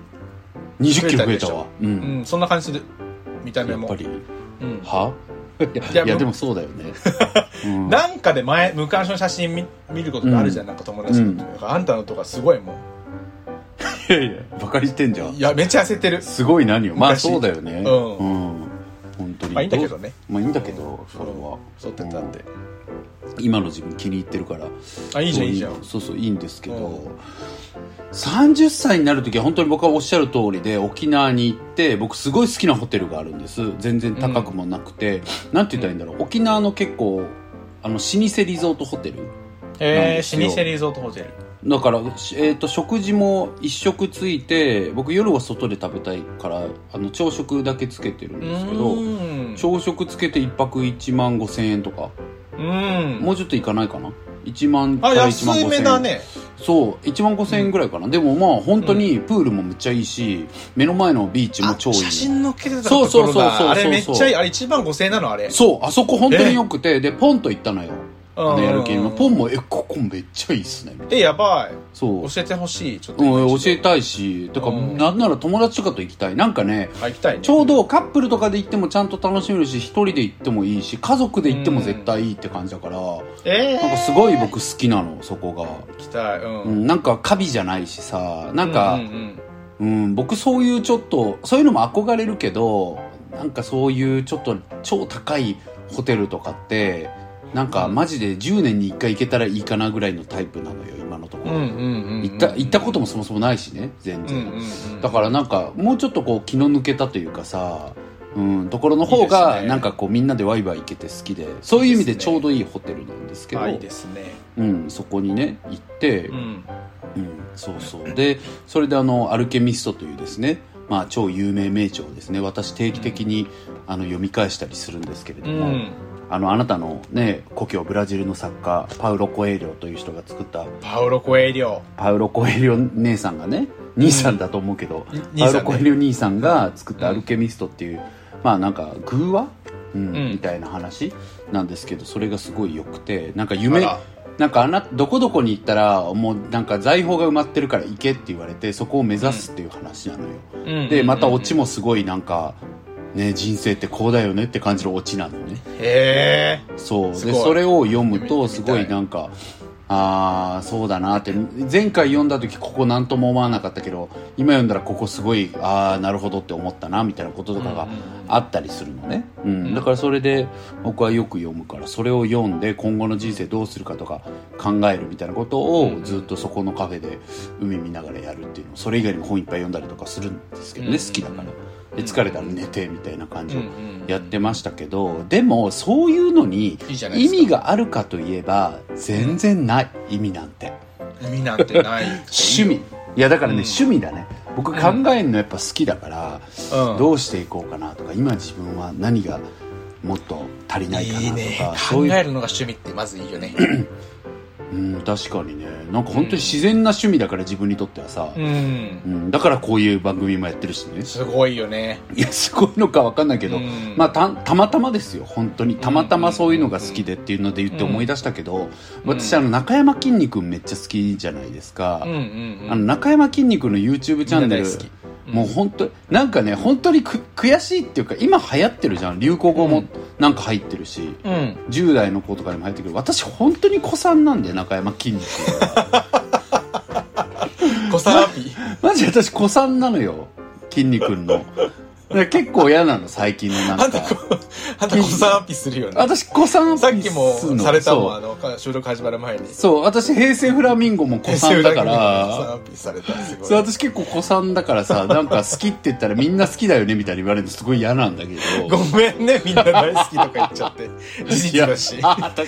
Speaker 3: 二2 0キロ増えたわう、
Speaker 2: うんん、そんな感じで、見た目
Speaker 3: やっ
Speaker 2: も。
Speaker 3: ぱり
Speaker 2: うん
Speaker 3: はい
Speaker 2: いや
Speaker 3: やいやでもそうだよ ね、うん
Speaker 2: なんかで前、昔の写真見見ることがあるじゃん、なんか友達のとか。あんたのとかすごいも
Speaker 3: いやいやバカにしてんじゃん
Speaker 2: う。いや、めっちゃ痩せてる。
Speaker 3: すごい何よまあ
Speaker 2: 昔
Speaker 3: そうだよね
Speaker 2: うん
Speaker 3: 本当に
Speaker 2: まあいいんだけどね
Speaker 3: まあいいんだけどそれは
Speaker 2: そうってたって。
Speaker 3: うん今の自分気に入ってるから
Speaker 2: あ、いいじゃん、いいじゃん。
Speaker 3: そうそういいんですけ
Speaker 2: う
Speaker 3: ど30歳になる時は本当に僕はおっしゃる通りで沖縄に行って僕すごい好きなホテルがあるんです全然高くもなくて、なんて言ったらいいんだろう、沖縄の結構あの老舗リゾートホテル
Speaker 2: え
Speaker 3: です
Speaker 2: ー、
Speaker 3: よ
Speaker 2: 老舗リゾートホテル。
Speaker 3: だから、しえー、と食事も一食ついて僕夜は外で食べたいからあの朝食だけつけてるんですけど
Speaker 2: うん
Speaker 3: 朝食つけて1泊1万5千円とか
Speaker 2: うん。
Speaker 3: もうちょっといかないかな1万
Speaker 2: あ、
Speaker 3: から1万
Speaker 2: 安い
Speaker 3: 5
Speaker 2: め
Speaker 3: 千
Speaker 2: だ
Speaker 3: 円、
Speaker 2: ね。
Speaker 3: そう1万5千円ぐらいかな、でもまあ本当にプールもむっちゃいいし目の前のビーチも
Speaker 2: あ
Speaker 3: 超いい
Speaker 2: 写真載っけてたとこ
Speaker 3: そう
Speaker 2: ろだ
Speaker 3: そうそうそうそう
Speaker 2: あれめっちゃいい。あれ1万5000円なのあれ。
Speaker 3: そうあそこ本当によくてでポンと行ったのよあのやる気のポン
Speaker 2: も。
Speaker 3: も「えここめっちゃいいっすね」みたいな
Speaker 2: え、やばい。
Speaker 3: そう
Speaker 2: 教えてほしい。ちょっと今一
Speaker 3: う
Speaker 2: 度。
Speaker 3: ん、教えたいし、てか、
Speaker 2: うん
Speaker 3: なんなら友達とかと行きたい。なんかね、
Speaker 2: あ、行きたいね。
Speaker 3: ちょうどカップルとかで行ってもちゃんと楽しめるし、一人で行ってもいいし、家族で行っても絶対いいって感じだから、
Speaker 2: えー、
Speaker 3: なんかすごい僕好きなの、そこが。
Speaker 2: 行きたい。うん。
Speaker 3: う
Speaker 2: うん
Speaker 3: ん、なんかカビじゃないしさ、なん
Speaker 2: うん
Speaker 3: か、
Speaker 2: うん
Speaker 3: うん、僕そういうちょっと、そういうのも憧れるけど、なんかそういうちょっと超高いホテルとかって、なんかマジで10年に1回行けたらいいかなぐらいのタイプなのよ、今のとこ
Speaker 2: う
Speaker 3: ろ。
Speaker 2: んうんうん。
Speaker 3: 行った、行ったこともそもそもないしね、全
Speaker 2: うん
Speaker 3: 然。
Speaker 2: うんうん。
Speaker 3: だからなんかもうちょっとこう気の抜けたというかさ、うん、ところの方が
Speaker 2: いいですね
Speaker 3: なんかこうみんなでワイワイ行けて好きでそういう意味でちょうどいいホテルなんですけど
Speaker 2: あいいですね。
Speaker 3: うん、そこにね行って、
Speaker 2: う
Speaker 3: うん
Speaker 2: ん。
Speaker 3: そうそうでそれであの「アルケミスト」というですねまあ超有名名著をですね私定期的にあの読み返したりするんですけれど
Speaker 2: う
Speaker 3: も、
Speaker 2: ん。
Speaker 3: あのあなたのね故郷ブラジルの作家パウロ・コエリョという人が作った
Speaker 2: パウロ・コエリオ。
Speaker 3: パウロ・コエリョ姉さんがね兄さんだと思うけど、
Speaker 2: ん
Speaker 3: パウロ・コエリ
Speaker 2: オ。
Speaker 3: ョ兄さんが作った「ア
Speaker 2: うん
Speaker 3: ルケミスト」っていう、まあなんか偶話、うん
Speaker 2: うん
Speaker 3: みたいな話なんですけどそれがすごい良くてなんか
Speaker 2: あ
Speaker 3: 夢
Speaker 2: ら
Speaker 3: なんかあなどこどこに行ったらもうなんか財宝が埋まってるから行けって言われてそこを目指すっていう話なのよ、
Speaker 2: うん
Speaker 3: でまたオチ。もすごいなんか、ね、人生ってこうだよねって感じのオチなのね
Speaker 2: へえ。
Speaker 3: そう
Speaker 2: す
Speaker 3: で
Speaker 2: ごい
Speaker 3: それを読むとす
Speaker 2: 読み
Speaker 3: ご
Speaker 2: たい
Speaker 3: いなんかああそうだなって前回読んだ時ここ何とも思わなかったけど今読んだらここすごいああなるほどって思ったなみたいなこととかが
Speaker 2: うんうんうん
Speaker 3: あったりするのね、うん
Speaker 2: うん
Speaker 3: だからそれで僕はよく読むからそれを読んで今後の人生どうするかとか考えるみたいなこと
Speaker 2: うんう
Speaker 3: を
Speaker 2: ん
Speaker 3: ずっとそこのカフェで海見ながらやるっていうのそれ以外にも本いっぱい読んだりとかするんですけど
Speaker 2: うん
Speaker 3: ね
Speaker 2: うんうん
Speaker 3: 好きだからで疲れたら寝てみたいな感じを
Speaker 2: うんうん
Speaker 3: やってましたけどでもそういうのに
Speaker 2: いいじゃないで
Speaker 3: 意
Speaker 2: すか
Speaker 3: 味があるかといえば全然ない意味なんて
Speaker 2: 意味なんてない。
Speaker 3: 趣味いやだからね、
Speaker 2: うん
Speaker 3: 趣味だね僕考えるのやっぱ好きだから、
Speaker 2: うん
Speaker 3: どうしていこうかなとか今自分は何がもっと足りないかなと
Speaker 2: い
Speaker 3: か
Speaker 2: ね
Speaker 3: そう
Speaker 2: 考
Speaker 3: いう
Speaker 2: えるのが趣味ってまずいいよね
Speaker 3: うん、確かにねなんか本当に自然な趣味だから自分にとってはさ、う
Speaker 2: うんん
Speaker 3: だからこういう番組もやってるしね
Speaker 2: すごいよね
Speaker 3: いやすごいのか分かんないけど、
Speaker 2: うん
Speaker 3: まあ、たたまたまですよ本当にたまたまそういうのが好きでっていうので言って思い出したけど、私あの中山きんに君めっちゃ好きじゃないですか、
Speaker 2: うんうん
Speaker 3: あの中山きんに君の YouTube チャンネル
Speaker 2: みんな大好きうん
Speaker 3: もう本当なんかね本当にく悔しいっていうか今流行ってるじゃん流行語
Speaker 2: う
Speaker 3: も
Speaker 2: ん
Speaker 3: なんか入ってるし、
Speaker 2: うんうん
Speaker 3: 10代の子とかにも入ってくる私本当に子さんなんで中山きんに君
Speaker 2: コサラピ
Speaker 3: マジ私子さんなのよきんに君の。だから結構嫌なの最近のなん
Speaker 2: あん
Speaker 3: か
Speaker 2: たこ あんたコサラピするよね
Speaker 3: 私子さん
Speaker 2: さっきも
Speaker 3: すんの
Speaker 2: された
Speaker 3: そう
Speaker 2: もんあの収録始まる前に
Speaker 3: そう、私、平成フラミンゴも子さんだか
Speaker 2: コサ
Speaker 3: ら、
Speaker 2: ラピされたすごい
Speaker 3: そう、私結構子さんだから さ、なんか好きって言ったらみんな好きだよねみたいに言われるのすごい嫌なんだけど。
Speaker 2: ごめんねみんな大好きとか言っちゃって事実だし
Speaker 3: いやあー確かに。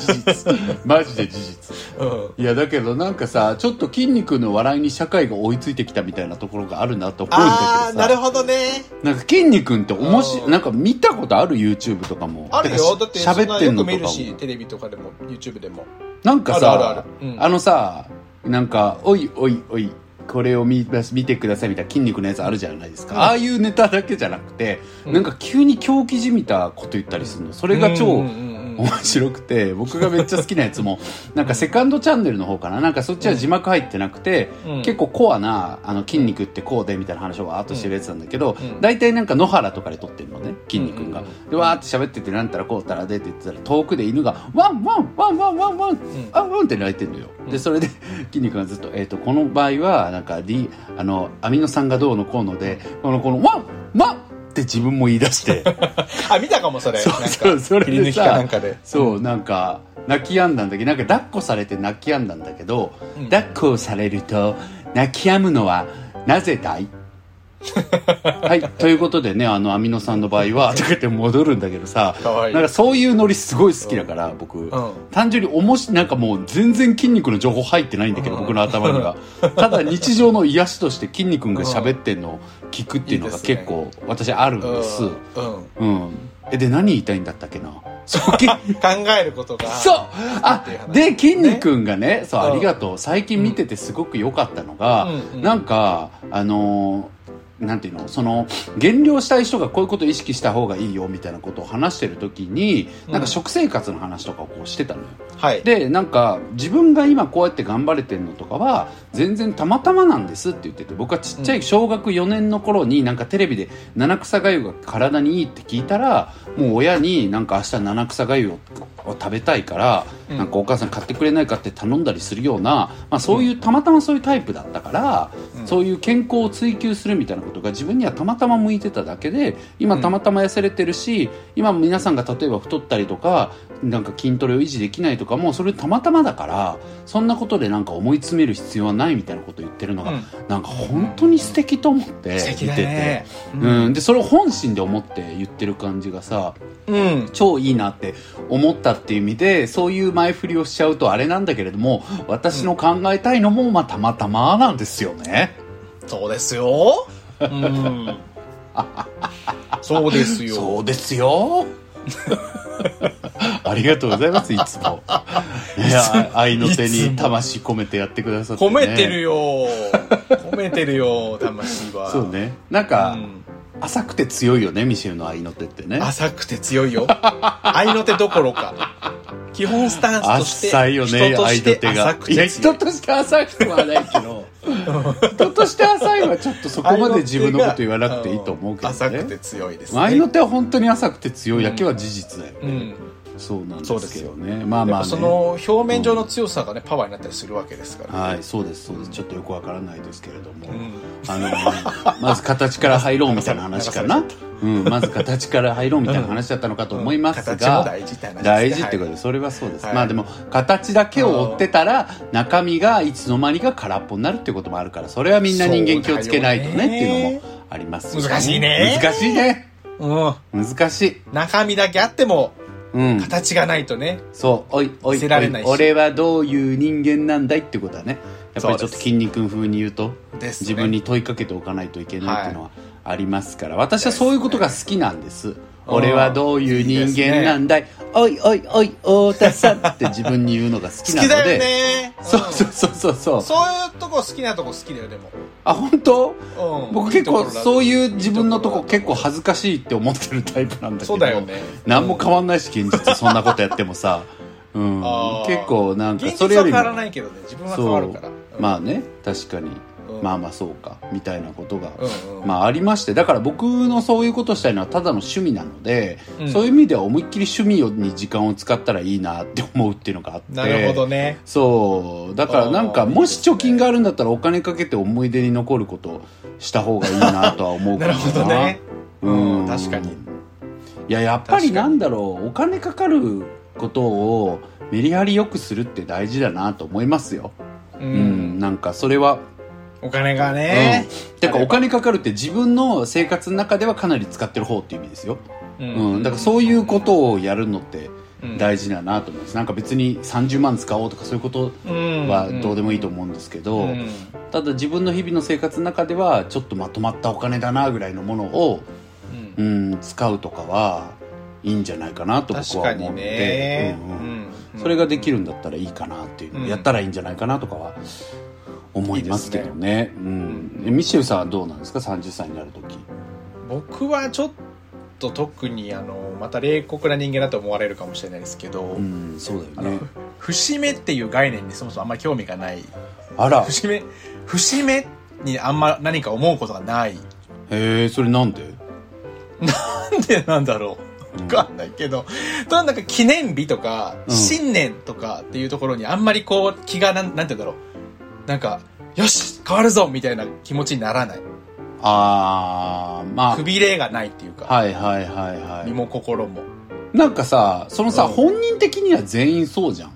Speaker 3: 事実。マジで事実。
Speaker 2: うん
Speaker 3: いや、だけどなんかさ、ちょっと筋肉の笑いに社会が追いついてきたみたいなところがあるなと思うんだ
Speaker 2: あ
Speaker 3: け
Speaker 2: ー
Speaker 3: どさ。
Speaker 2: なるほどね
Speaker 3: なんか筋肉って面白
Speaker 2: う
Speaker 3: い、
Speaker 2: ん
Speaker 3: なんか見たことある ?YouTube とかも。
Speaker 2: ある
Speaker 3: て
Speaker 2: よ
Speaker 3: か
Speaker 2: だってそん
Speaker 3: 喋
Speaker 2: な
Speaker 3: って
Speaker 2: よ
Speaker 3: んの
Speaker 2: く
Speaker 3: とか
Speaker 2: 見る
Speaker 3: も。
Speaker 2: しテレビとかでも YouTube でも
Speaker 3: なんかさ、
Speaker 2: あ
Speaker 3: あ
Speaker 2: るあるあるうん
Speaker 3: のさ、なんか、おいおいおい、これを見ます見てくださいみたいな筋肉のやつあるじゃないですか。
Speaker 2: うん
Speaker 3: ああいうネタだけじゃなくて、
Speaker 2: うん
Speaker 3: なんか急に狂気じみたこと言ったりするの。それが
Speaker 2: うん
Speaker 3: 超
Speaker 2: うんうん
Speaker 3: 面白くて、僕がめっちゃ好きなやつも、なんかセカンドチャンネルの方かな。なんかそっちは字幕入ってなくて、
Speaker 2: うん
Speaker 3: 結構コアな、あの筋肉ってこうでみたいな話をわーっとしてるやつなんだけど
Speaker 2: うん、
Speaker 3: 大体、なんか野原とかで撮ってるのね、筋肉が。
Speaker 2: うん
Speaker 3: で、わーって喋ってて、なんたらこうたらでって言ってたら、遠くで犬が、ワンワンワンワンワンワン
Speaker 2: うん
Speaker 3: あうんって泣いてんのよ
Speaker 2: うん
Speaker 3: でそれで筋肉がずっと,、えー、とこの場合はなんか、D、あのアミノ酸がどうのこうのでこのこのワンワンって自分も言い出して
Speaker 2: あ見たかもそれ
Speaker 3: そうそうそ
Speaker 2: なんか
Speaker 3: れ
Speaker 2: 切り抜
Speaker 3: で
Speaker 2: きかな
Speaker 3: さ
Speaker 2: んかで
Speaker 3: そうなんか泣き止んだんだけどなんか抱っこされて泣き止んだんだけど、
Speaker 2: うん
Speaker 3: 抱っこをされると泣き止むのはなぜだいはい、ということでね、あの、アミノ酸の場合は、とか言って戻るんだけどさ、
Speaker 2: かわいい
Speaker 3: なんかそういうノリすごい好きだから、僕、
Speaker 2: ん
Speaker 3: 単純におもし、なんかもう全然筋肉の情報入ってないんだけど、僕の頭には。ただ日常の癒しとして筋肉が喋ってんのを聞くっていうのが結構、私あるんです。
Speaker 2: うんうん
Speaker 3: うん。え、で、何言いたいんだったっけな。そう、 き
Speaker 2: 考えることが
Speaker 3: そうあ
Speaker 2: っていう話
Speaker 3: で、きんに君がね、そう、
Speaker 2: うん
Speaker 3: ありがとう。最近見ててすごく良かったのが、
Speaker 2: うんうん
Speaker 3: なんか、あのーなんていうのその減量したい人がこういうことを意識した方がいいよみたいなことを話してる時になん
Speaker 2: うん
Speaker 3: か食生活の話とかをこうしてたのよ、
Speaker 2: はい
Speaker 3: でなんか自分が今こうやって頑張れてるのとかは全然たまたまなんですって言ってて僕はちっちゃい小学4年の頃になんかテレビで七草がゆが体にいいって聞いたらもう親になんか明日七草がゆを食べたいから
Speaker 2: うん
Speaker 3: なんかお母さん買ってくれないかって頼んだりするような、まあ、そういうたまたまそういうタイプだったから、
Speaker 2: うん
Speaker 3: そういう健康を追求するみたいなことが自分にはたまたま向いてただけで今たまたま痩せれてるし、今皆さんが例えば太ったりとかなんか筋トレを維持できないとかもそれたまたまだからそんなことでなんか思い詰める必要はないみたいなこと言ってるのが、
Speaker 2: うん
Speaker 3: なんか本当に素敵と思って
Speaker 2: 素敵
Speaker 3: 見
Speaker 2: だ
Speaker 3: てて、
Speaker 2: ね
Speaker 3: うん、でそれを本心で思って言ってる感じがさ
Speaker 2: うん
Speaker 3: 超いいなって思ったっていう意味でそういう前振りをしちゃうとあれなんだけれども私の考えたいのもまあたまたまなんですよね。
Speaker 2: そうですようんそうですよ
Speaker 3: そうです よ。ありがとうございます、いつも。いや、愛の手
Speaker 2: いつ
Speaker 3: に
Speaker 2: も
Speaker 3: 魂込めてやってくださって、
Speaker 2: 褒
Speaker 3: ね。
Speaker 2: めてるよ褒めてるよ魂は
Speaker 3: そうね。なんか、
Speaker 2: うん
Speaker 3: 浅くて強いよね、ミシェルの愛の手ってね。
Speaker 2: 浅くて強いよ愛の手どころか基本スタンスとして
Speaker 3: 浅いよね、
Speaker 2: 人と
Speaker 3: 愛
Speaker 2: し
Speaker 3: の
Speaker 2: て
Speaker 3: 手が
Speaker 2: 浅。く
Speaker 3: いや、
Speaker 2: て
Speaker 3: 人
Speaker 2: 強い
Speaker 3: として浅くはないけ ど。人として浅いはちょっとそこまで自分のこと言わなくていいと思うけどね。
Speaker 2: 浅くて強いですね
Speaker 3: 愛の手は本当に浅くて強いだけは事実だよね。
Speaker 2: うん
Speaker 3: そうなん
Speaker 2: そう
Speaker 3: で
Speaker 2: ですす
Speaker 3: け
Speaker 2: よ
Speaker 3: どね。まあ
Speaker 2: や
Speaker 3: ま
Speaker 2: っ
Speaker 3: あ、
Speaker 2: ぱ
Speaker 3: ね。
Speaker 2: その表面上の強さがねパワーになったりするわけですから
Speaker 3: はい、そうです、そうです。ちょっとよくわからないですけれども。
Speaker 2: ん
Speaker 3: あの、まず形から入ろうみたいな話かな。うん、まず形から入ろうみたいな話だったのかと思います
Speaker 2: 形も
Speaker 3: が
Speaker 2: 大、事って話ですね
Speaker 3: 大事ってことで、
Speaker 2: は
Speaker 3: それはそうです。
Speaker 2: はい
Speaker 3: まあでも、形だけを追ってたら、中身がいつの間にか空っぽになるってこともあるから、それはみんな人間気をつけないとね
Speaker 2: そう
Speaker 3: っ
Speaker 2: だ
Speaker 3: て
Speaker 2: よね
Speaker 3: いうのもありますよ
Speaker 2: 難しいね
Speaker 3: 難しいね。難しい。
Speaker 2: いうん中身だけあっても
Speaker 3: うん。
Speaker 2: 形がないとね
Speaker 3: そう、おい、おい、
Speaker 2: 見せられないし
Speaker 3: おい俺はどういう人間なんだいってことはね。やっぱりち
Speaker 2: そ
Speaker 3: ょっ
Speaker 2: うで
Speaker 3: と
Speaker 2: す
Speaker 3: 筋肉風に言うと、
Speaker 2: ですね
Speaker 3: 自分に問いかけておかないといけないっていうのはありますから、私はそういうことが好きなんです。俺はどういう人間なんだいおいおいおい、太田さんって自分に言うのが好
Speaker 2: 好
Speaker 3: きな
Speaker 2: き
Speaker 3: ので。
Speaker 2: だよね
Speaker 3: そうそうんそうそうそう。
Speaker 2: そういうとこ好きなとこ好きだよでも
Speaker 3: あ、本当
Speaker 2: うん
Speaker 3: 僕結構そう
Speaker 2: う
Speaker 3: いう自分のと
Speaker 2: いい
Speaker 3: こと
Speaker 2: ころだと
Speaker 3: 結構恥ずかしいって思ってるタイプなんだけど。
Speaker 2: そうだよね
Speaker 3: 何も変わんないし、現実そんなことやっても さ。うん
Speaker 2: あ。ー
Speaker 3: 結構なんか
Speaker 2: 現
Speaker 3: それ
Speaker 2: 実
Speaker 3: よ
Speaker 2: は変
Speaker 3: りも
Speaker 2: わ。らないけどね自分は変わるから
Speaker 3: そうまあね確かに、
Speaker 2: うん
Speaker 3: まあまあそうかみたいなことが、
Speaker 2: うんうん
Speaker 3: まあありましてだから僕のそういうことしたいのはただの趣味なので、
Speaker 2: うん
Speaker 3: そういう意味では思いっきり趣味に時間を使ったらいいなって思うっていうのがあって
Speaker 2: なるほどね
Speaker 3: そうだからなんか
Speaker 2: あー
Speaker 3: もし
Speaker 2: いいですね
Speaker 3: 貯金があるんだったらお金かけて思い出に残ることした方がいいなとは思うか
Speaker 2: な
Speaker 3: ら
Speaker 2: るほどねうん確かに
Speaker 3: いややっぱりなんだろうお金かかることをメリハリよくするって大事だなと思いますよ
Speaker 2: う
Speaker 3: うん、
Speaker 2: ん
Speaker 3: なんかそれは、
Speaker 2: お金がね
Speaker 3: うん、だからお金かかるって自分の生活の中ではかなり使ってる方っていう意味ですよ、
Speaker 2: う
Speaker 3: うん、だからそういうことをやるのって
Speaker 2: うん
Speaker 3: 大事だなと思います、なんか別に30万使おうとかそういうことはどうでもいいと思うんですけど、
Speaker 2: うん
Speaker 3: ただ自分の日々の生活の中ではちょっとまとまったお金だなぐらいのものを、
Speaker 2: うん
Speaker 3: うん、使うとかはいいんじゃないかなと僕
Speaker 2: 確
Speaker 3: は
Speaker 2: か
Speaker 3: 思っ
Speaker 2: に
Speaker 3: て、
Speaker 2: ね
Speaker 3: うんうん
Speaker 2: うん
Speaker 3: それができるんだったらいいかなっていう、
Speaker 2: うん
Speaker 3: やったらいいんじゃないかなとかは思いますけどねうん
Speaker 2: う、
Speaker 3: えミシェルさんはどうなんですか30歳になる時
Speaker 2: 僕はちょっと特にあのまた冷酷な人間だと思われるかもしれないですけど、
Speaker 3: うんそう
Speaker 2: あ
Speaker 3: だよ
Speaker 2: の
Speaker 3: ね
Speaker 2: 節目っていう概念にそもそもあんまり興味がない
Speaker 3: あら
Speaker 2: 節目節目にあんま何か思うことがない
Speaker 3: へえそれなんで
Speaker 2: なんでなんだろう
Speaker 3: うん
Speaker 2: 分かんないけど、となんか記念日とか、
Speaker 3: うん
Speaker 2: 新年とかっていうところにあんまりこう気がなんなんて言うんだろうなんかよし変わるぞみたいな気持ちにならない
Speaker 3: ああまあ
Speaker 2: くびれがないっていうか、
Speaker 3: はいはいはいは
Speaker 2: 身も心も
Speaker 3: いなんかさそのさ、
Speaker 2: うん
Speaker 3: 本人的には全員そうじゃん
Speaker 2: う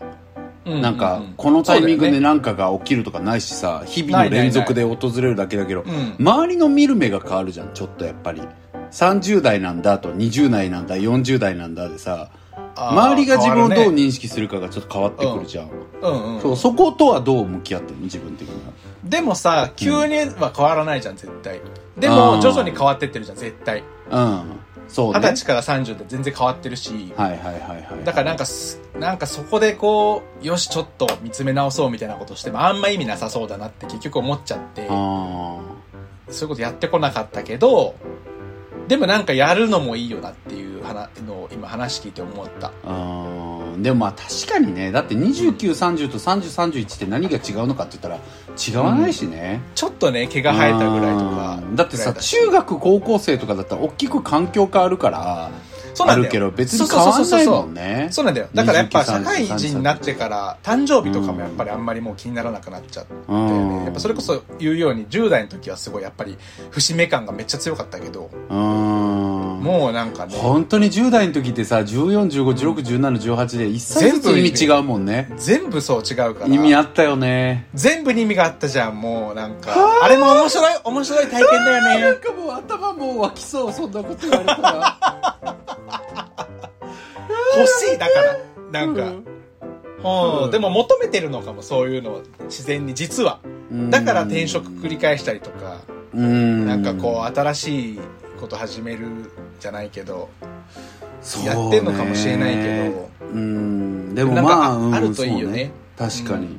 Speaker 2: うん
Speaker 3: なん
Speaker 2: う
Speaker 3: か
Speaker 2: んうん
Speaker 3: このタイミング
Speaker 2: そうだ
Speaker 3: で
Speaker 2: よね
Speaker 3: 何かが起きるとかないしさ日々の連続で訪れるだけだけど
Speaker 2: ないないない
Speaker 3: 周りの見る目が変わるじゃんちょっとやっぱり30代なんだと20代なんだ40代なんだでさ
Speaker 2: あー
Speaker 3: 周りが自分をどう
Speaker 2: 変わるね
Speaker 3: 認識するかがちょっと変わってくるじゃん、
Speaker 2: うんうん
Speaker 3: そうそことはどう向き合ってるの自分的には
Speaker 2: でもさ急には変わらないじゃん絶対でも
Speaker 3: あー
Speaker 2: 徐々に変わってってるじゃん絶対
Speaker 3: うんそうね
Speaker 2: 二十歳から30で全然変わってるし
Speaker 3: はいはいはいはい
Speaker 2: だからなんかすなんかそこでこうよしちょっと見つめ直そうみたいなことしてもあんま意味なさそうだなって結局思っちゃって
Speaker 3: あ
Speaker 2: そういうことやってこなかったけどでもなんかやるのもいいよなっていう話のを今話聞いて思った
Speaker 3: ーあーでもまあ確かにねだって2930と3031って何が違うのかって言ったら違わないしね、
Speaker 2: ちょっとね毛が生えたぐらいとか
Speaker 3: うんだってさ
Speaker 2: ぐらいし
Speaker 3: 中学高校生とかだったら大きく環境変わるから
Speaker 2: そう
Speaker 3: あ
Speaker 2: なんだよ
Speaker 3: るけど別に変わんないもんね
Speaker 2: そうなんだよだからやっぱ
Speaker 3: 29
Speaker 2: 社会人になってから誕生日とかもやっぱりあんまりもう気にならなくなっちゃって、
Speaker 3: うん
Speaker 2: やっぱそれこそ言うように10代の時はすごいやっぱり節目感がめっちゃ強かったけど
Speaker 3: うん
Speaker 2: もうなんかね
Speaker 3: 本当に10代の時ってさ1415161718で一切ずつ意味違うもんね
Speaker 2: 全部そう違うから
Speaker 3: 意味あったよね
Speaker 2: 全部に意味があったじゃんもうなんかあれも面白い面白い体験だよね
Speaker 3: かもう頭もう湧きそうそんなこと言われたら
Speaker 2: 欲しいだからなんか、
Speaker 3: うん
Speaker 2: うん
Speaker 3: うん
Speaker 2: でも求めてるのかもそういうのを自然に実はだから転職繰り返したりとか
Speaker 3: うん
Speaker 2: なんかこう新しいこと始めるじゃないけど
Speaker 3: そうね
Speaker 2: やってんのかもしれないけど
Speaker 3: うんでも
Speaker 2: なんか
Speaker 3: まあ、
Speaker 2: あ
Speaker 3: うん
Speaker 2: あるといいよね
Speaker 3: そう確かに、
Speaker 2: う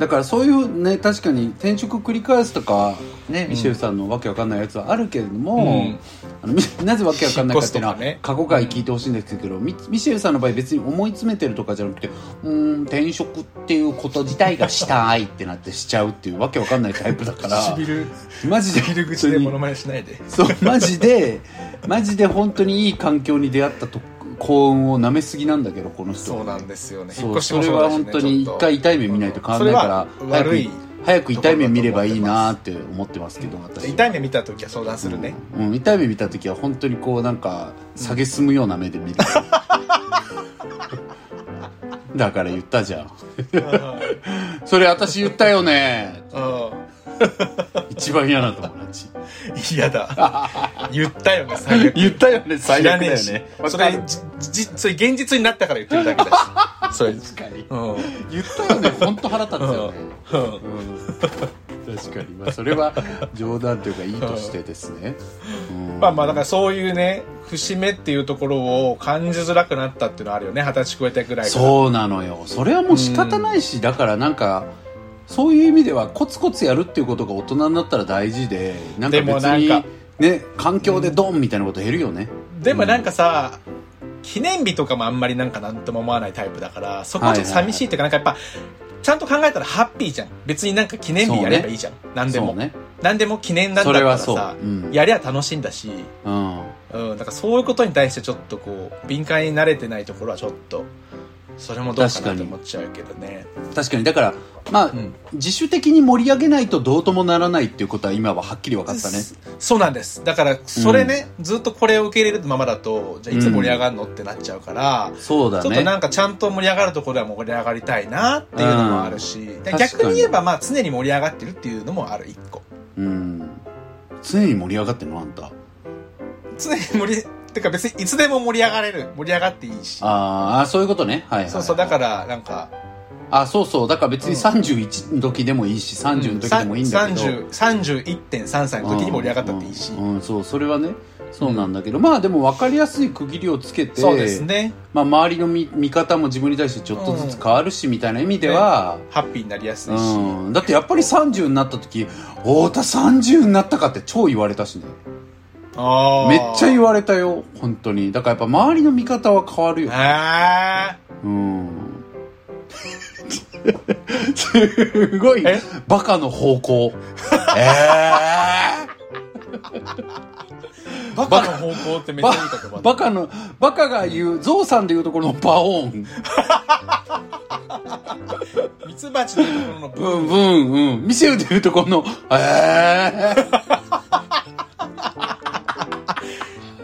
Speaker 3: だからそういうね確かに転職繰り返すとかね、
Speaker 2: ん
Speaker 3: ミシェルさんのわけわかんないやつはあるけれども、
Speaker 2: うん
Speaker 3: あのみ なぜわけわかんないかっていうのは、
Speaker 2: 引っ越すとかね
Speaker 3: 過去回聞いてほしいんですけど、ミミシェルさんの場合別に思い詰めてるとかじゃなくてうーん転職っていうこと自体がしたいってなってしちゃうっていうわけわかんないタイプだから
Speaker 2: 唇
Speaker 3: マジで
Speaker 2: 唇口でモノマネしないで
Speaker 3: そうマジでマジで本当にいい環境に出会ったと幸運をなめすぎなんだけどこの人
Speaker 2: そうなんですよね
Speaker 3: そ
Speaker 2: 引
Speaker 3: う
Speaker 2: っ越し
Speaker 3: そ
Speaker 2: も
Speaker 3: れ
Speaker 2: そう
Speaker 3: は
Speaker 2: だし、ね、
Speaker 3: 本当に
Speaker 2: ちょ
Speaker 3: 一
Speaker 2: っと
Speaker 3: 回痛い目見ないと変わらないから
Speaker 2: それは
Speaker 3: 早く
Speaker 2: 悪い
Speaker 3: 早く痛い目見ればいいなって思ってますけど私
Speaker 2: 痛い目見た時は相談するね、
Speaker 3: うん、痛い目見た時は本当にこうなんか下げすむような目で見る、 だから言ったじゃん それ私言ったよね
Speaker 2: う
Speaker 3: 一番嫌な友 達
Speaker 2: ん嫌だ 言ったよね最悪
Speaker 3: 言ったよね最
Speaker 2: 知
Speaker 3: 悪だ
Speaker 2: ら
Speaker 3: よ
Speaker 2: ねえ
Speaker 3: ね
Speaker 2: し、
Speaker 3: わ
Speaker 2: そ
Speaker 3: か
Speaker 2: れ
Speaker 3: る
Speaker 2: じじそれ現実になったから言ってるだけだ しそれ
Speaker 3: 確かに
Speaker 2: うん
Speaker 3: 言ったよね本当腹立つよね、
Speaker 2: うん
Speaker 3: うん、確かに、まあ、それは冗談というかいいとしてですね、うん
Speaker 2: まあまあだからそういうね節目っていうところを感じづらくなったっていうのはあるよね二十歳超えたぐらいから
Speaker 3: そうなのよそれはもう仕方ないし、だからなんかそういう意味ではコツコツやるっていうことが大人になったら大事でなんか
Speaker 2: で
Speaker 3: 別
Speaker 2: もなん
Speaker 3: に
Speaker 2: か
Speaker 3: ね環境でドンみたいなこと減るよね、
Speaker 2: でもなんかさ、記念日とかもあんまりなんかなんとも思わないタイプだからそこはちょっと寂しいっていうか、なんかやっぱちゃんと考えたらハッピーじゃん別になんか記念日やればいいじゃん、何で
Speaker 3: そ
Speaker 2: も、
Speaker 3: うね
Speaker 2: 何でも記念なんだ
Speaker 3: そ
Speaker 2: った
Speaker 3: れ
Speaker 2: ら
Speaker 3: は
Speaker 2: さ
Speaker 3: そう、うん
Speaker 2: やりゃ楽しいんだし、
Speaker 3: うん、
Speaker 2: うん、だからそういうことに対してちょっとこう敏感に慣れてないところはちょっとそれもどうかなって思っちゃうけどね
Speaker 3: 確かにだからまあ、
Speaker 2: ん
Speaker 3: 自主的に盛り上げないとどうともならないっていうことは今ははっきり分かったね
Speaker 2: そそうなんですだからそれね、ずっとこれを受け入れるままだとじゃあいつ盛り上がるのってなっちゃうから、
Speaker 3: そうだね
Speaker 2: ちょっとなんかちゃんと盛り上がるところは盛り上がりたいなっていうのもあるし、で
Speaker 3: 確かに
Speaker 2: 逆に言えばまあ常に盛り上がってるっていうのもある一個
Speaker 3: うん常に盛り上がってるのあんた
Speaker 2: 常に盛り てか別にいつでも盛り上がれる盛り上がっていいし
Speaker 3: あーあーそういうことねはいはい、
Speaker 2: そうそうだからなんか
Speaker 3: あそうそうだから別に
Speaker 2: うん
Speaker 3: 31の時でもいいし、30の時でもいいんだけど、
Speaker 2: 30 31.3歳の時に盛り上がったっていいし、
Speaker 3: うんうんそうそれはねそうなんだけど、まあでも分かりやすい区切りをつけて
Speaker 2: そうですね
Speaker 3: まあ、周りの見見方も自分に対してちょっとずつ変わるし、みたいな意味では、
Speaker 2: ハッピーになりやすいし、
Speaker 3: うん、だってやっぱり30になった時「太田30になったか」って超言われたしね
Speaker 2: あー
Speaker 3: めっちゃ言われたよ本当にだからやっぱ周りの見方は変わるよ
Speaker 2: あー
Speaker 3: うん。すごい
Speaker 2: え
Speaker 3: バカの方向。え
Speaker 2: バカの方向って めっちゃいい言
Speaker 3: ー、
Speaker 2: 葉だ
Speaker 3: バカの、バカが言う、ゾウさんで言うところのバオーン。
Speaker 2: ミツバチのところのブ
Speaker 3: う
Speaker 2: ー
Speaker 3: んうんうん。ミシェルで言うところの、え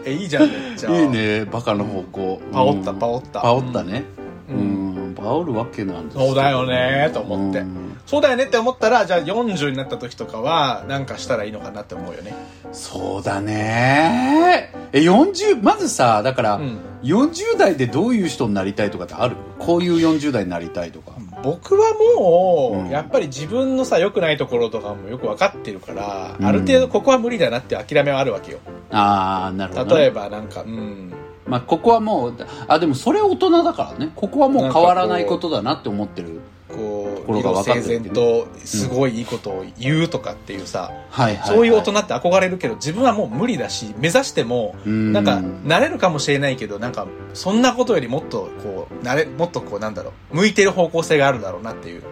Speaker 2: えいいじゃんめっちゃ
Speaker 3: ー、いいね、バカの方向。
Speaker 2: パオった
Speaker 3: うん
Speaker 2: パオった
Speaker 3: パオったね。
Speaker 2: う
Speaker 3: うんん、バ治るわけなんですけど
Speaker 2: そうだよねと思って、
Speaker 3: うん
Speaker 2: そうだよねって思ったらじゃあ40になった時とかはなんかしたらいいのかなって思うよね
Speaker 3: そうだねえ40まずさだから、
Speaker 2: うん
Speaker 3: 40代でどういう人になりたいとかってあるこういう40代になりたいとか、
Speaker 2: 僕はもう、
Speaker 3: うん
Speaker 2: やっぱり自分のさ良くないところとかもよく分かってるから、
Speaker 3: うん
Speaker 2: ある程度ここは無理だなって諦めはあるわけよ
Speaker 3: ああなるほどね、
Speaker 2: 例えばなんかうん
Speaker 3: まあ、ここはもうあでもそれ大人だからねここはもう変わらないことだなって思ってる
Speaker 2: こう
Speaker 3: 心
Speaker 2: 理
Speaker 3: が
Speaker 2: 路
Speaker 3: 分かってる
Speaker 2: 整
Speaker 3: っていう
Speaker 2: 然とすごいいいことを言うとかっていうさ、
Speaker 3: はいはい、はい、
Speaker 2: そういう大人って憧れるけど自分はもう無理だし目指しても
Speaker 3: うん
Speaker 2: なんか慣れるかもしれないけどなんかそんなことよりもっとこう慣れもっとこうなんだろう向いてる方向性があるだろうなっていう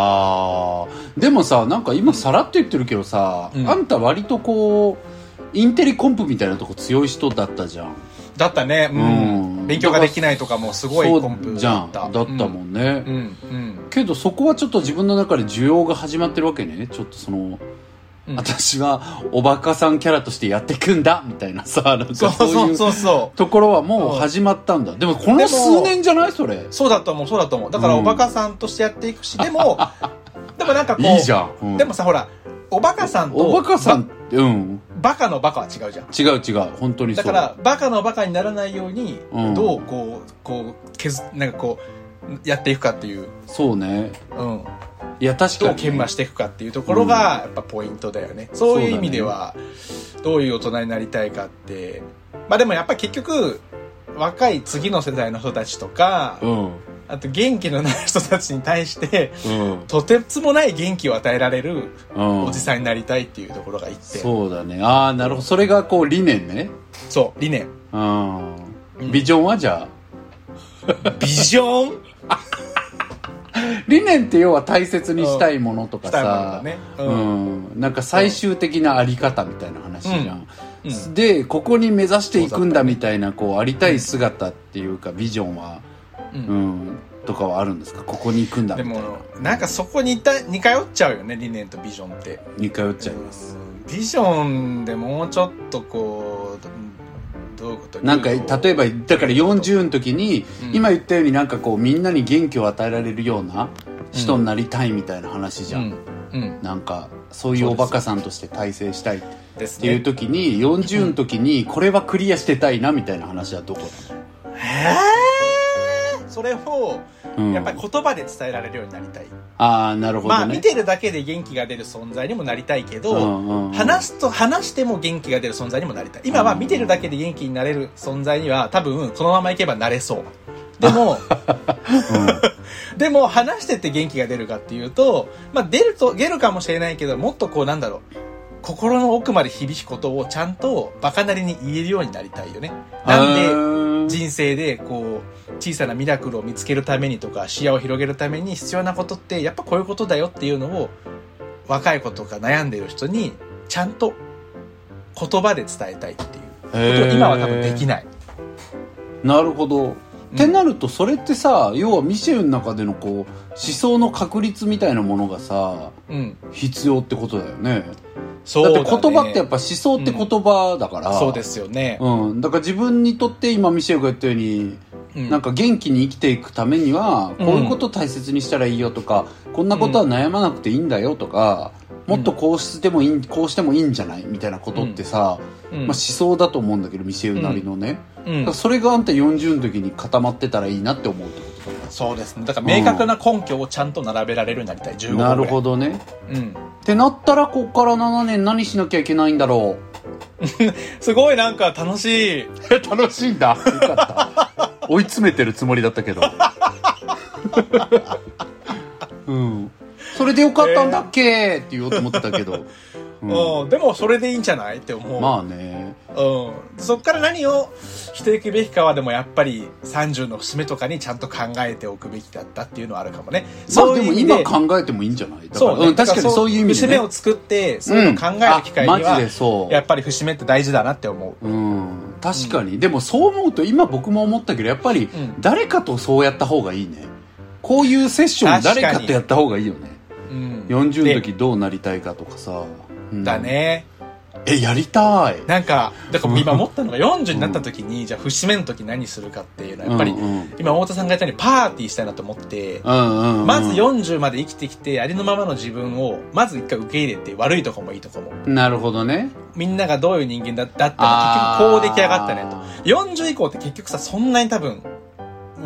Speaker 3: あーでもさなんか今さらって言ってるけどさ、
Speaker 2: うん
Speaker 3: あんた割とこうインテリコンプみたいなとこ強い人だったじゃん
Speaker 2: だったねうん、
Speaker 3: うん
Speaker 2: 勉強ができないとかもすごいコン
Speaker 3: そ
Speaker 2: プ
Speaker 3: うじゃ
Speaker 2: だ
Speaker 3: んだ
Speaker 2: った
Speaker 3: ったもんね、
Speaker 2: うんうん
Speaker 3: けどそこはちょっと自分の中で需要が始まってるわけねちょっとその、
Speaker 2: うん
Speaker 3: 私はおバカさんキャラとしてやっていくんだみたいなさなんか
Speaker 2: そう
Speaker 3: そう
Speaker 2: そ
Speaker 3: いうう
Speaker 2: そうそ
Speaker 3: ところはもう始まったんだ、でもこの数年じゃないそれ
Speaker 2: うそうだと思うそうだと思うだから
Speaker 3: うん
Speaker 2: おバカさんとしてやっていくし、で もでもなんかこう
Speaker 3: いいじゃん、うん
Speaker 2: でもさほらおバカさんと
Speaker 3: おバカさんってうん
Speaker 2: バカのバカは違うじゃん
Speaker 3: 違う違う本当にそ
Speaker 2: だ
Speaker 3: う
Speaker 2: からバカのバカにならないように、
Speaker 3: うん
Speaker 2: どうこうこう削なんかこうやっていくかっていう、
Speaker 3: そうね
Speaker 2: うん、
Speaker 3: いや確
Speaker 2: ど
Speaker 3: か
Speaker 2: う
Speaker 3: に
Speaker 2: 研磨していくかっていうところがやっぱポイントだよね、そういう意味ではどういう大人になりたいかってまあでもやっぱり結局若い次の世代の人たちとか、
Speaker 3: うん
Speaker 2: あと元気のない人たちに対して
Speaker 3: うん
Speaker 2: とてつもない元気を与えられる
Speaker 3: うん
Speaker 2: おじさんになりたいっていうところが一点そう
Speaker 3: そうだねああなるほどそれがこう理念ね
Speaker 2: 理念
Speaker 3: うん
Speaker 2: うん
Speaker 3: ビジョンはじゃあ
Speaker 2: ビジ ョン
Speaker 3: 理念って要は大切にしたいものとか
Speaker 2: したいもの
Speaker 3: さ
Speaker 2: だ、ね
Speaker 3: う
Speaker 2: うん
Speaker 3: んなんか最終的なあり方みたいな話じゃん、
Speaker 2: うんうん
Speaker 3: でここに目指していくんだみたいなこうありたい姿っていうかビジョンは、
Speaker 2: う
Speaker 3: うんんとかはあるんですかここに行くんだ
Speaker 2: で
Speaker 3: みたいな
Speaker 2: もなんかそこにいた似通っちゃうよね理念とビジョンって
Speaker 3: 似通っちゃいます、
Speaker 2: ビジョンでもうちょっとこうどどういうこと
Speaker 3: なんか例えばだから40の時に、
Speaker 2: うん
Speaker 3: 今言ったようになんかこうみんなに元気を与えられるような人になりたいみたいな話じ
Speaker 2: じ
Speaker 3: ゃ
Speaker 2: ゃ
Speaker 3: ん、
Speaker 2: ん、うんうん、
Speaker 3: なんかそういうおバカさんとして体制したいって
Speaker 2: です
Speaker 3: いう
Speaker 2: ね
Speaker 3: 時に40の時にこれはクリアしてたいなみたいな話はどこ
Speaker 2: へーそれを
Speaker 3: なの、うん、
Speaker 2: やっぱり言葉で伝えられるようになりたい、
Speaker 3: ああなるほどね、
Speaker 2: まあ見てるだけで元気が出る存在にもなりたいけど、
Speaker 3: うんうんうん
Speaker 2: 話すと話しても元気が出る存在にもなりたい今は見てるだけで元気になれる存在には多分このままいけばなれそうでもでも話してて元気が出るかっていうと、まあ、出ると出るかもしれないけどもっとこうなんだろう心の奥まで響くことをちゃんとバカなりに言えるようになりたいよね。なんで
Speaker 3: ん
Speaker 2: 人生でこう小さなミラクルを見つけるためにとか視野を広げるために必要なことってやっぱこういうことだよっていうのを若い子とか悩んでる人にちゃんと言葉で伝えたいっていうことを今は多分でき
Speaker 3: な
Speaker 2: ない。
Speaker 3: いなるほど、ってなるとそれってさ要はミシェルの中でのこう思想の確率みたいなものがさ
Speaker 2: うん。
Speaker 3: 必要ってことだよね
Speaker 2: そう
Speaker 3: だ
Speaker 2: だ
Speaker 3: っ
Speaker 2: ね
Speaker 3: て言葉ってやっぱ思想って言葉だから、
Speaker 2: そうですよね。
Speaker 3: うん、だから自分にとって今ミシェルが言ったように、
Speaker 2: うん
Speaker 3: なんか元気に生きていくためには
Speaker 2: うん
Speaker 3: こういうことを大切にしたらいいよとか、こんなことは悩まなくていいんだよとか、もっとこうしてもいいこうしてもいいんじゃないみたいなことってさ、
Speaker 2: うん
Speaker 3: まあ、思想だと思うんだけどミシェルなりのね、
Speaker 2: うん
Speaker 3: だからそれがあんた40の時に固まってたらいいなって思うってことだ
Speaker 2: そうですね。だから明確な根拠をちゃんと並べられるようになりたい。15個ぐら。
Speaker 3: ないるほどね
Speaker 2: うん。
Speaker 3: ってなったらこっから7年何しなきゃいけないんだろ
Speaker 2: すごいなんか楽しい。
Speaker 3: う楽しいんだよかった追い詰めてるつもりだったけどうんそれでよかったんだっけ、って言おうと思ってたけど、う
Speaker 2: うんん。でもそれでいいんじゃないって思う。
Speaker 3: まあね
Speaker 2: うん。そっから何をしていくべきかはでもやっぱり30の節目とかにちゃんと考えておくべきだったっていうのはあるかもね。
Speaker 3: まあ
Speaker 2: う
Speaker 3: で
Speaker 2: いう
Speaker 3: も
Speaker 2: 意味で
Speaker 3: 今考えてもいいんじゃないだから
Speaker 2: そうね、
Speaker 3: ん、確かにそういう意味
Speaker 2: 節
Speaker 3: で、
Speaker 2: 目
Speaker 3: ね、
Speaker 2: を作って、そういうのを考える機会に
Speaker 3: うんあ
Speaker 2: は、
Speaker 3: マジでそう
Speaker 2: やっぱり節目って大事だなって思う。
Speaker 3: うん確かに、でもそう思うと今僕も思ったけどやっぱり
Speaker 2: ん
Speaker 3: 誰かとそうやった方がいいねこういうセッション
Speaker 2: 確か
Speaker 3: 誰か
Speaker 2: に
Speaker 3: とやった方がいいよね
Speaker 2: うん。
Speaker 3: 40の
Speaker 2: で
Speaker 3: 時どうなりたいかとかさ、うん
Speaker 2: だね。
Speaker 3: えやりたい
Speaker 2: なんか、だから今思った のが40になった時に、じゃあ節目の時何するかっていうのは、やっぱり、
Speaker 3: うんうん
Speaker 2: 今太田さんが言ったようにパーティーしたいなと思って、
Speaker 3: うんうんうん
Speaker 2: まず40まで生きてきて、ありのままの自分を、まず一回受け入れて、悪いとこもいいとこも。
Speaker 3: なるほどね
Speaker 2: みんながどういう人間だったって
Speaker 3: あ
Speaker 2: の
Speaker 3: ー
Speaker 2: は結局こう出来上がったねと。40以降って結局さ、そんなに多分、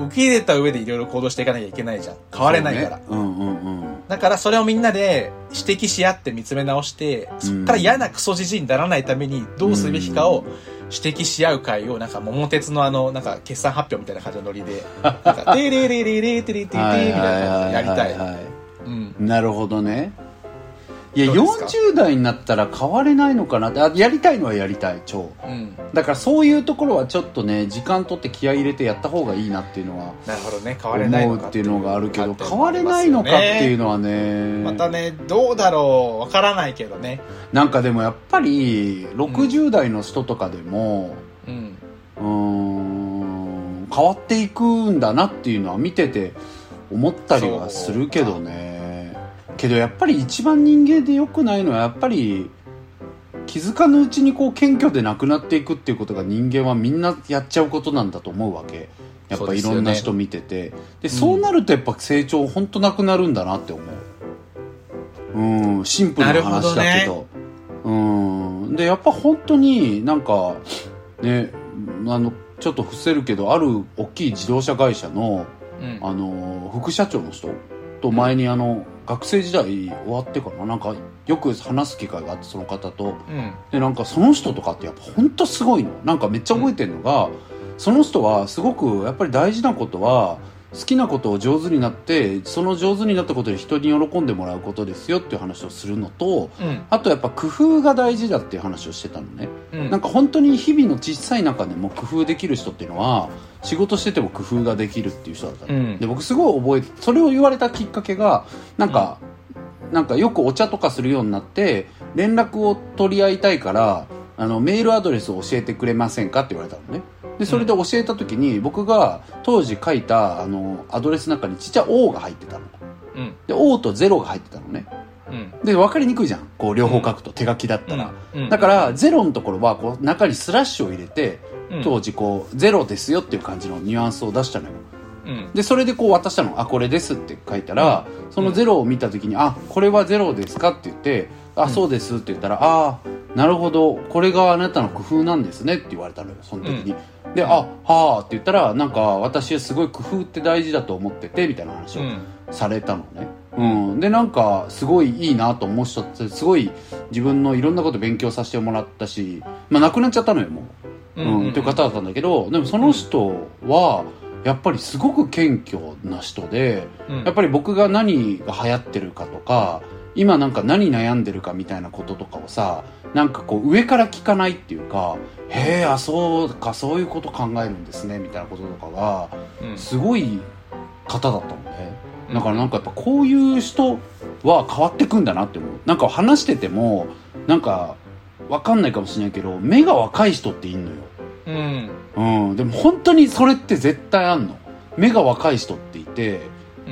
Speaker 2: 受け入れた上でいろいろ行動していかなきゃいけないじゃん。変われないから。
Speaker 3: そうねうんうんうん
Speaker 2: だからそれをみんなで指摘し合って見つめ直して、そっから嫌なクソじじいにならないためにどうすべきかを指摘し合う会を、なんか桃鉄のあの、なんか決算発表みたいな感じのノリで、なんか、てれれれれてれてれみ
Speaker 3: は
Speaker 2: たい
Speaker 3: い
Speaker 2: な感じでやりた。
Speaker 3: はいはは
Speaker 2: うん。
Speaker 3: なるほどねいや
Speaker 2: どうです
Speaker 3: 40代になったら変われないのかなってあやりたいのはやりたい超
Speaker 2: うん。
Speaker 3: だからそういうところはちょっとね時間取って気合い入れてやった方がいいなっていうのは
Speaker 2: なるほどね、変われない
Speaker 3: 思
Speaker 2: の
Speaker 3: う
Speaker 2: か
Speaker 3: っていうのがあるけど
Speaker 2: 観点
Speaker 3: 変
Speaker 2: もあ
Speaker 3: わ
Speaker 2: り
Speaker 3: れ
Speaker 2: ま
Speaker 3: な
Speaker 2: す
Speaker 3: い
Speaker 2: よ
Speaker 3: の
Speaker 2: ね
Speaker 3: かっていうのはね
Speaker 2: またね、どうだろう、わからないけどね。
Speaker 3: なんかでもやっぱり60代の人とかでも
Speaker 2: うん。
Speaker 3: うーん変わっていくんだなっていうのは見てて思ったりはするけどねけどやっぱり一番人間で良くないのはやっぱり気づかぬうちにこう謙虚でなくなっていくっていうことが人間はみんなやっちゃうことなんだと思うわけやっ
Speaker 2: そう
Speaker 3: ぱ
Speaker 2: で
Speaker 3: い
Speaker 2: すよ
Speaker 3: ろ
Speaker 2: ね
Speaker 3: んな人見ててで、そうなるとやっぱ成長ほんとなくなるんだなって思ううんシンプルな話だ
Speaker 2: な
Speaker 3: け
Speaker 2: る
Speaker 3: ど
Speaker 2: ほ
Speaker 3: うんでやっぱ本当になんかねあのちょっと伏せるけどある大きい自動車会社の
Speaker 2: うん。
Speaker 3: あの副社長の人と前にあの学生時代終わってからなんかよく話す機会があってその方と
Speaker 2: うん。
Speaker 3: でなんかその人とかってやっぱ本当すごいのなんかめっちゃ覚えてるのが、その人はすごくやっぱり大事なことは好きなことを上手になってその上手になったことで人に喜んでもらうことですよっていう話をするのと
Speaker 2: うん。
Speaker 3: あとやっぱ工夫が大事だっていう話をしてたのね
Speaker 2: うん。
Speaker 3: なんか本当に日々の小さい中でも工夫できる人っていうのは仕事してても工夫ができるっていう人だったの、
Speaker 2: うん
Speaker 3: で僕すごい覚えてそれを言われたきっかけがなんか、なんかよくお茶とかするようになって連絡を取り合いたいからあのメールアドレスを教えてくれませんかって言われたのねでそれで教えた時に僕が当時書いたあのアドレスの中にちっちゃい O が入ってたの
Speaker 2: うん。
Speaker 3: で O と0が入ってたのね
Speaker 2: うん。
Speaker 3: で分かりにくいじゃんこう両方書くと手書きだったら、
Speaker 2: うん
Speaker 3: だから、ゼロのところは、こう、中にスラッシュを入れて、
Speaker 2: うん
Speaker 3: 当時、こう、ゼロですよっていう感じのニュアンスを出したのよ。
Speaker 2: うん。
Speaker 3: で、それでこう渡したの、あ、これですって書いたら、そのゼロを見た時に、あ、これはゼロですかって言って、あ、そうですって言ったら、あーなるほど、これがあなたの工夫なんですねって言われたのよ、その時に。で、あ、はあって言ったら、なんか、私はすごい工夫って大事だと思ってて、みたいな話
Speaker 2: う
Speaker 3: を
Speaker 2: ん。
Speaker 3: されたのね、うん、でなんかすごいいいなと思う人ってすごい自分のいろんなこと勉強させてもらったし、まあ、亡くなっちゃったのよもう、
Speaker 2: う
Speaker 3: うんん
Speaker 2: うんうん
Speaker 3: っていう方だったんだけどでもその人はやっぱりすごく謙虚な人で、
Speaker 2: うん
Speaker 3: やっぱり僕が何が流行ってるかとか今なんか何悩んでるかみたいなこととかをさなんかこう上から聞かないっていうか「へえあそうかそういうこと考えるんですね」みたいなこととかが
Speaker 2: うん
Speaker 3: すごい方だったのね
Speaker 2: うん
Speaker 3: だからなんかやっぱこういう人は変わってくんだなって思うなんか話しててもなんかわかんないかもしれないけど目が若い人っていんのよ、
Speaker 2: うん。
Speaker 3: うん、でも本当にそれって絶対あんの目が若い人っていて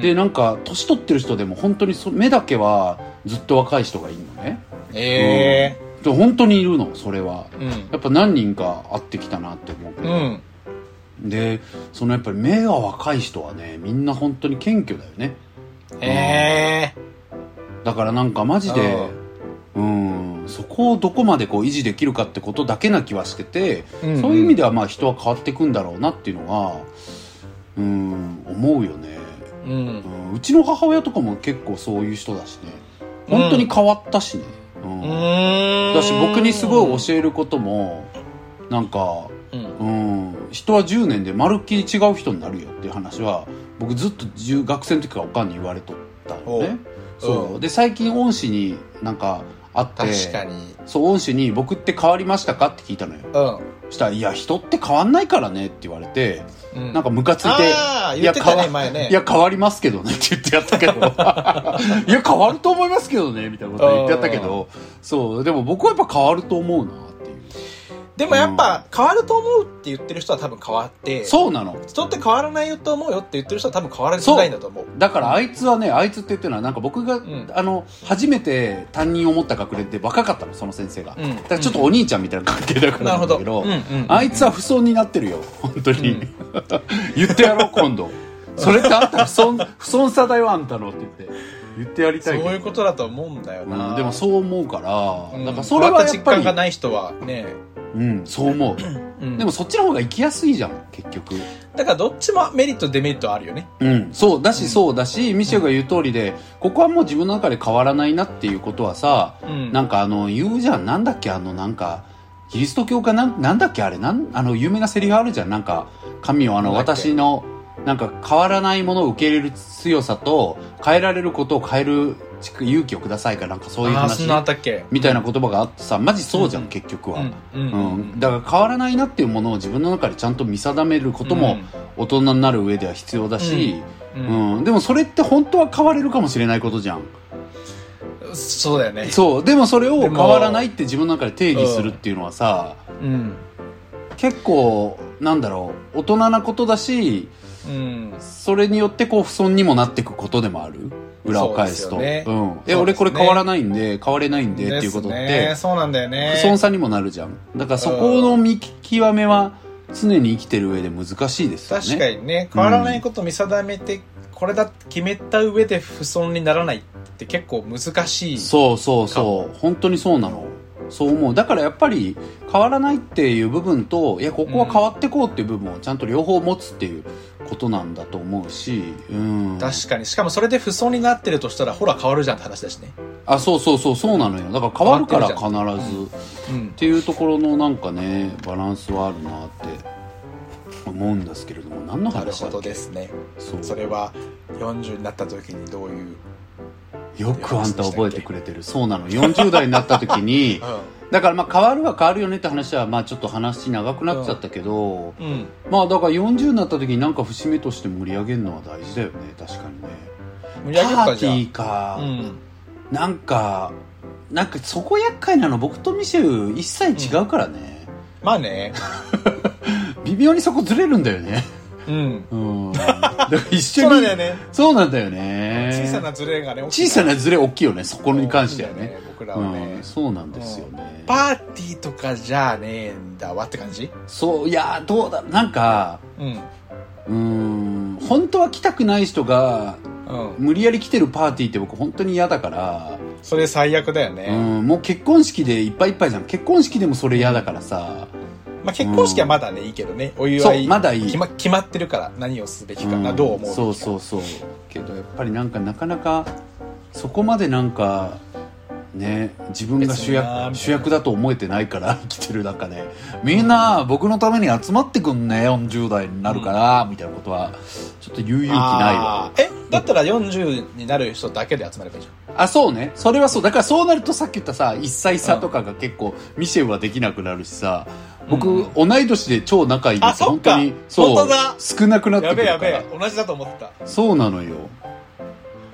Speaker 3: でなんか年取ってる人でも本当にそ目だけはずっと若い人がいるのね
Speaker 2: ええ。
Speaker 3: で本当にいるのそれは
Speaker 2: うん。
Speaker 3: やっぱ何人か会ってきたなって思うけど、
Speaker 2: うん。
Speaker 3: でそのやっぱり目が若い人はねみんな本当に謙虚だよね
Speaker 2: ええ。
Speaker 3: だからなんかマジでうんそこをどこまでこう維持できるかってことだけな気はしてて、
Speaker 2: うん
Speaker 3: そういう意味ではまあ人は変わっていくんだろうなっていうのはうん思うよね、
Speaker 2: うん
Speaker 3: う。んうちの母親とかも結構そういう人だしね本当に変わったしね、うん
Speaker 2: うん。
Speaker 3: だし僕にすごい教えることもなんか
Speaker 2: うん。
Speaker 3: うん、人は10年でまるっきり違う人になるよっていう話は僕ずっと10学生の時からおかんに言われとったよね
Speaker 2: お
Speaker 3: そう、
Speaker 2: うん
Speaker 3: で最近恩師になんか会って
Speaker 2: 確かに。
Speaker 3: そう恩師に「僕って変わりましたか?」って聞いたのよ
Speaker 2: う
Speaker 3: そしたら「いや人って変わんないからね」って言われてなん
Speaker 2: ん。か、
Speaker 3: かムカついて
Speaker 2: ああ、言ってたね、前ね。
Speaker 3: いや、変わりますけどねって言ってやったけ ど。いや、変わると思いますけどね、みたいなこと言ってやったけど。そう、でも僕はやっぱ変わると思うなっていう。
Speaker 2: でもやっぱ変わると思うって言ってる人は多分変わって、
Speaker 3: そうなの
Speaker 2: 人って変わらないと思うよって言ってる人は多分変わらづらいんだと思う。
Speaker 3: だからあいつはねあいつって言ってるのはなんか僕が、
Speaker 2: ん
Speaker 3: あの初めて担任を持った学年で若かったのその先生が、
Speaker 2: うん
Speaker 3: だからちょっとお兄ちゃんみたいな関係だから
Speaker 2: なる
Speaker 3: な
Speaker 2: ほ
Speaker 3: んだ
Speaker 2: ど。
Speaker 3: けど、
Speaker 2: うんうん
Speaker 3: あいつは不損になってるよ本当に、
Speaker 2: うん
Speaker 3: 言ってやろう今度それってあんた不損不損さだよあんたのって言って言ってやりた
Speaker 2: そう
Speaker 3: いけど
Speaker 2: いうことだと思うんだよ
Speaker 3: う
Speaker 2: な。
Speaker 3: んでもそう思うから、
Speaker 2: うん、
Speaker 3: なんかそれはやっぱ
Speaker 2: 変わった実感
Speaker 3: り
Speaker 2: がない人はね、
Speaker 3: うん、そう思う、
Speaker 2: うん、
Speaker 3: でもそっちの方が行きやすいじゃん結局
Speaker 2: だからどっちもメリットデメリットあるよね
Speaker 3: うん、そうだし、そうだしミシェルが言う通りでここはもう自分の中で変わらないなっていうことはさ、
Speaker 2: うん
Speaker 3: なんかあの言うじゃんなんだっけあのなんかキリスト教かなんなんだっけあれなんあの有名なセリフあるじゃんなんか神をあの
Speaker 2: なんだっけ
Speaker 3: 私のなんか変わらないものを受け入れる強さと変えられることを変える勇気をくださいかなんかそういう
Speaker 2: ああそ
Speaker 3: 話
Speaker 2: んなあったっけ
Speaker 3: みたいな言葉があってさマジそうじゃん、
Speaker 2: うん
Speaker 3: 結局
Speaker 2: う
Speaker 3: は、
Speaker 2: んうん
Speaker 3: うんだから変わらないなっていうものを自分の中でちゃんと見定めることも大人になる上では必要だし、
Speaker 2: うんうん
Speaker 3: うん、でもそれって本当は変われるかもしれないことじゃん
Speaker 2: そうだよね
Speaker 3: そうでもそれを
Speaker 2: で
Speaker 3: 変
Speaker 2: も
Speaker 3: わらないって自分の中で定義するっていうのはさ、
Speaker 2: うん
Speaker 3: 結構なんだろう大人なことだし
Speaker 2: うん
Speaker 3: それによってこう不損にもなっていくことでもある裏を返すと
Speaker 2: そうですよ
Speaker 3: ん、
Speaker 2: す
Speaker 3: え
Speaker 2: ね
Speaker 3: 俺これ変わらないんで変われないんでっていうことっ
Speaker 2: です
Speaker 3: て
Speaker 2: ねそうなんだよね
Speaker 3: 不損さにもなるじゃんだからそこの見極めは常に生きてる上で難しいですよね
Speaker 2: 確かにね変わらないことを見定めて、これだって決めた上で不損にならないって結構難しい
Speaker 3: そうそうそう本当にそうなのそう思うだからやっぱり変わらないっていう部分といやここは変わってこうっていう部分をちゃんと両方持つっていうことなんだと思うしうん
Speaker 2: 確かにしかもそれで不損になってるとしたらほら変わるじゃんって話だしね
Speaker 3: あそうそうそうそうなのよだから変わるから必ずっ
Speaker 2: うん
Speaker 3: ていうところのなんかねバランスはあるなって思うんですけれども何の
Speaker 2: なる
Speaker 3: 話
Speaker 2: ほ
Speaker 3: だ
Speaker 2: ど
Speaker 3: っけ
Speaker 2: ですね
Speaker 3: そう
Speaker 2: それは40になった時にどういう、
Speaker 3: よくあんた覚えてくれてるそうなの40代になった時に
Speaker 2: う
Speaker 3: だからまあ変わるは変わるよねって話はまあちょっと話長くなっちゃったけど、
Speaker 2: んうん、
Speaker 3: まあだから40になった時になんか節目として盛り上げるのは大事だよね確かにね
Speaker 2: 盛り上げる
Speaker 3: パ
Speaker 2: か
Speaker 3: ーテ
Speaker 2: じゃあ
Speaker 3: ィーか、
Speaker 2: うん
Speaker 3: なんかなんかそこ厄介なの僕とミシェル一切違うからね、
Speaker 2: まあね
Speaker 3: 微妙にそこずれるんだよね
Speaker 2: うん
Speaker 3: うんだから一緒
Speaker 2: そ
Speaker 3: に
Speaker 2: うなんだよね
Speaker 3: そうなんだよね
Speaker 2: 小さなズレがね
Speaker 3: 小さなズレ大きいよねそこ
Speaker 2: もの
Speaker 3: に関してはね
Speaker 2: 僕ら
Speaker 3: う
Speaker 2: はね
Speaker 3: ん、そうなんですよね、
Speaker 2: パーティーとかじゃねえんだわって感じ
Speaker 3: そういやーどうだなんか
Speaker 2: うん
Speaker 3: うーん本当は来たくない人が
Speaker 2: うん
Speaker 3: 無理やり来てるパーティーって僕本当に嫌だから、
Speaker 2: それ最悪だよ
Speaker 3: う
Speaker 2: ね、
Speaker 3: ん、もう結婚式でいっぱいいっぱいじゃん結婚式でもそれ嫌だからさ、
Speaker 2: まあ、結婚式はまだねいいけどねお祝
Speaker 3: そう
Speaker 2: い
Speaker 3: まだいい
Speaker 2: 決ま決まってるから何をすべきかな、
Speaker 3: ん
Speaker 2: どう思う
Speaker 3: そう
Speaker 2: う
Speaker 3: そうそうけどやっぱりなんかなかなかそこまでなんかね自分が主
Speaker 2: 別にな
Speaker 3: 役主役だと思えてないから 生きてる中でみんな僕のために集まってくんね40代になるから、みたいなことはちょっと言う勇気ないわ
Speaker 2: あーえだったら40になる人だけで集まればいいじ
Speaker 3: あそうねそれはそうだからそうなるとさっき言ったさ1歳差とかが結構ミシェルはできなくなるしさ僕、
Speaker 2: うん
Speaker 3: 同い年で超仲いいの
Speaker 2: あそっ
Speaker 3: 本
Speaker 2: か
Speaker 3: 当にそう
Speaker 2: 本当だ
Speaker 3: 少なくな
Speaker 2: ゃ
Speaker 3: っ
Speaker 2: ん
Speaker 3: て
Speaker 2: や
Speaker 3: く
Speaker 2: べ
Speaker 3: る
Speaker 2: え
Speaker 3: か
Speaker 2: や
Speaker 3: ら
Speaker 2: べえ同じだと思ってた
Speaker 3: そうなのよ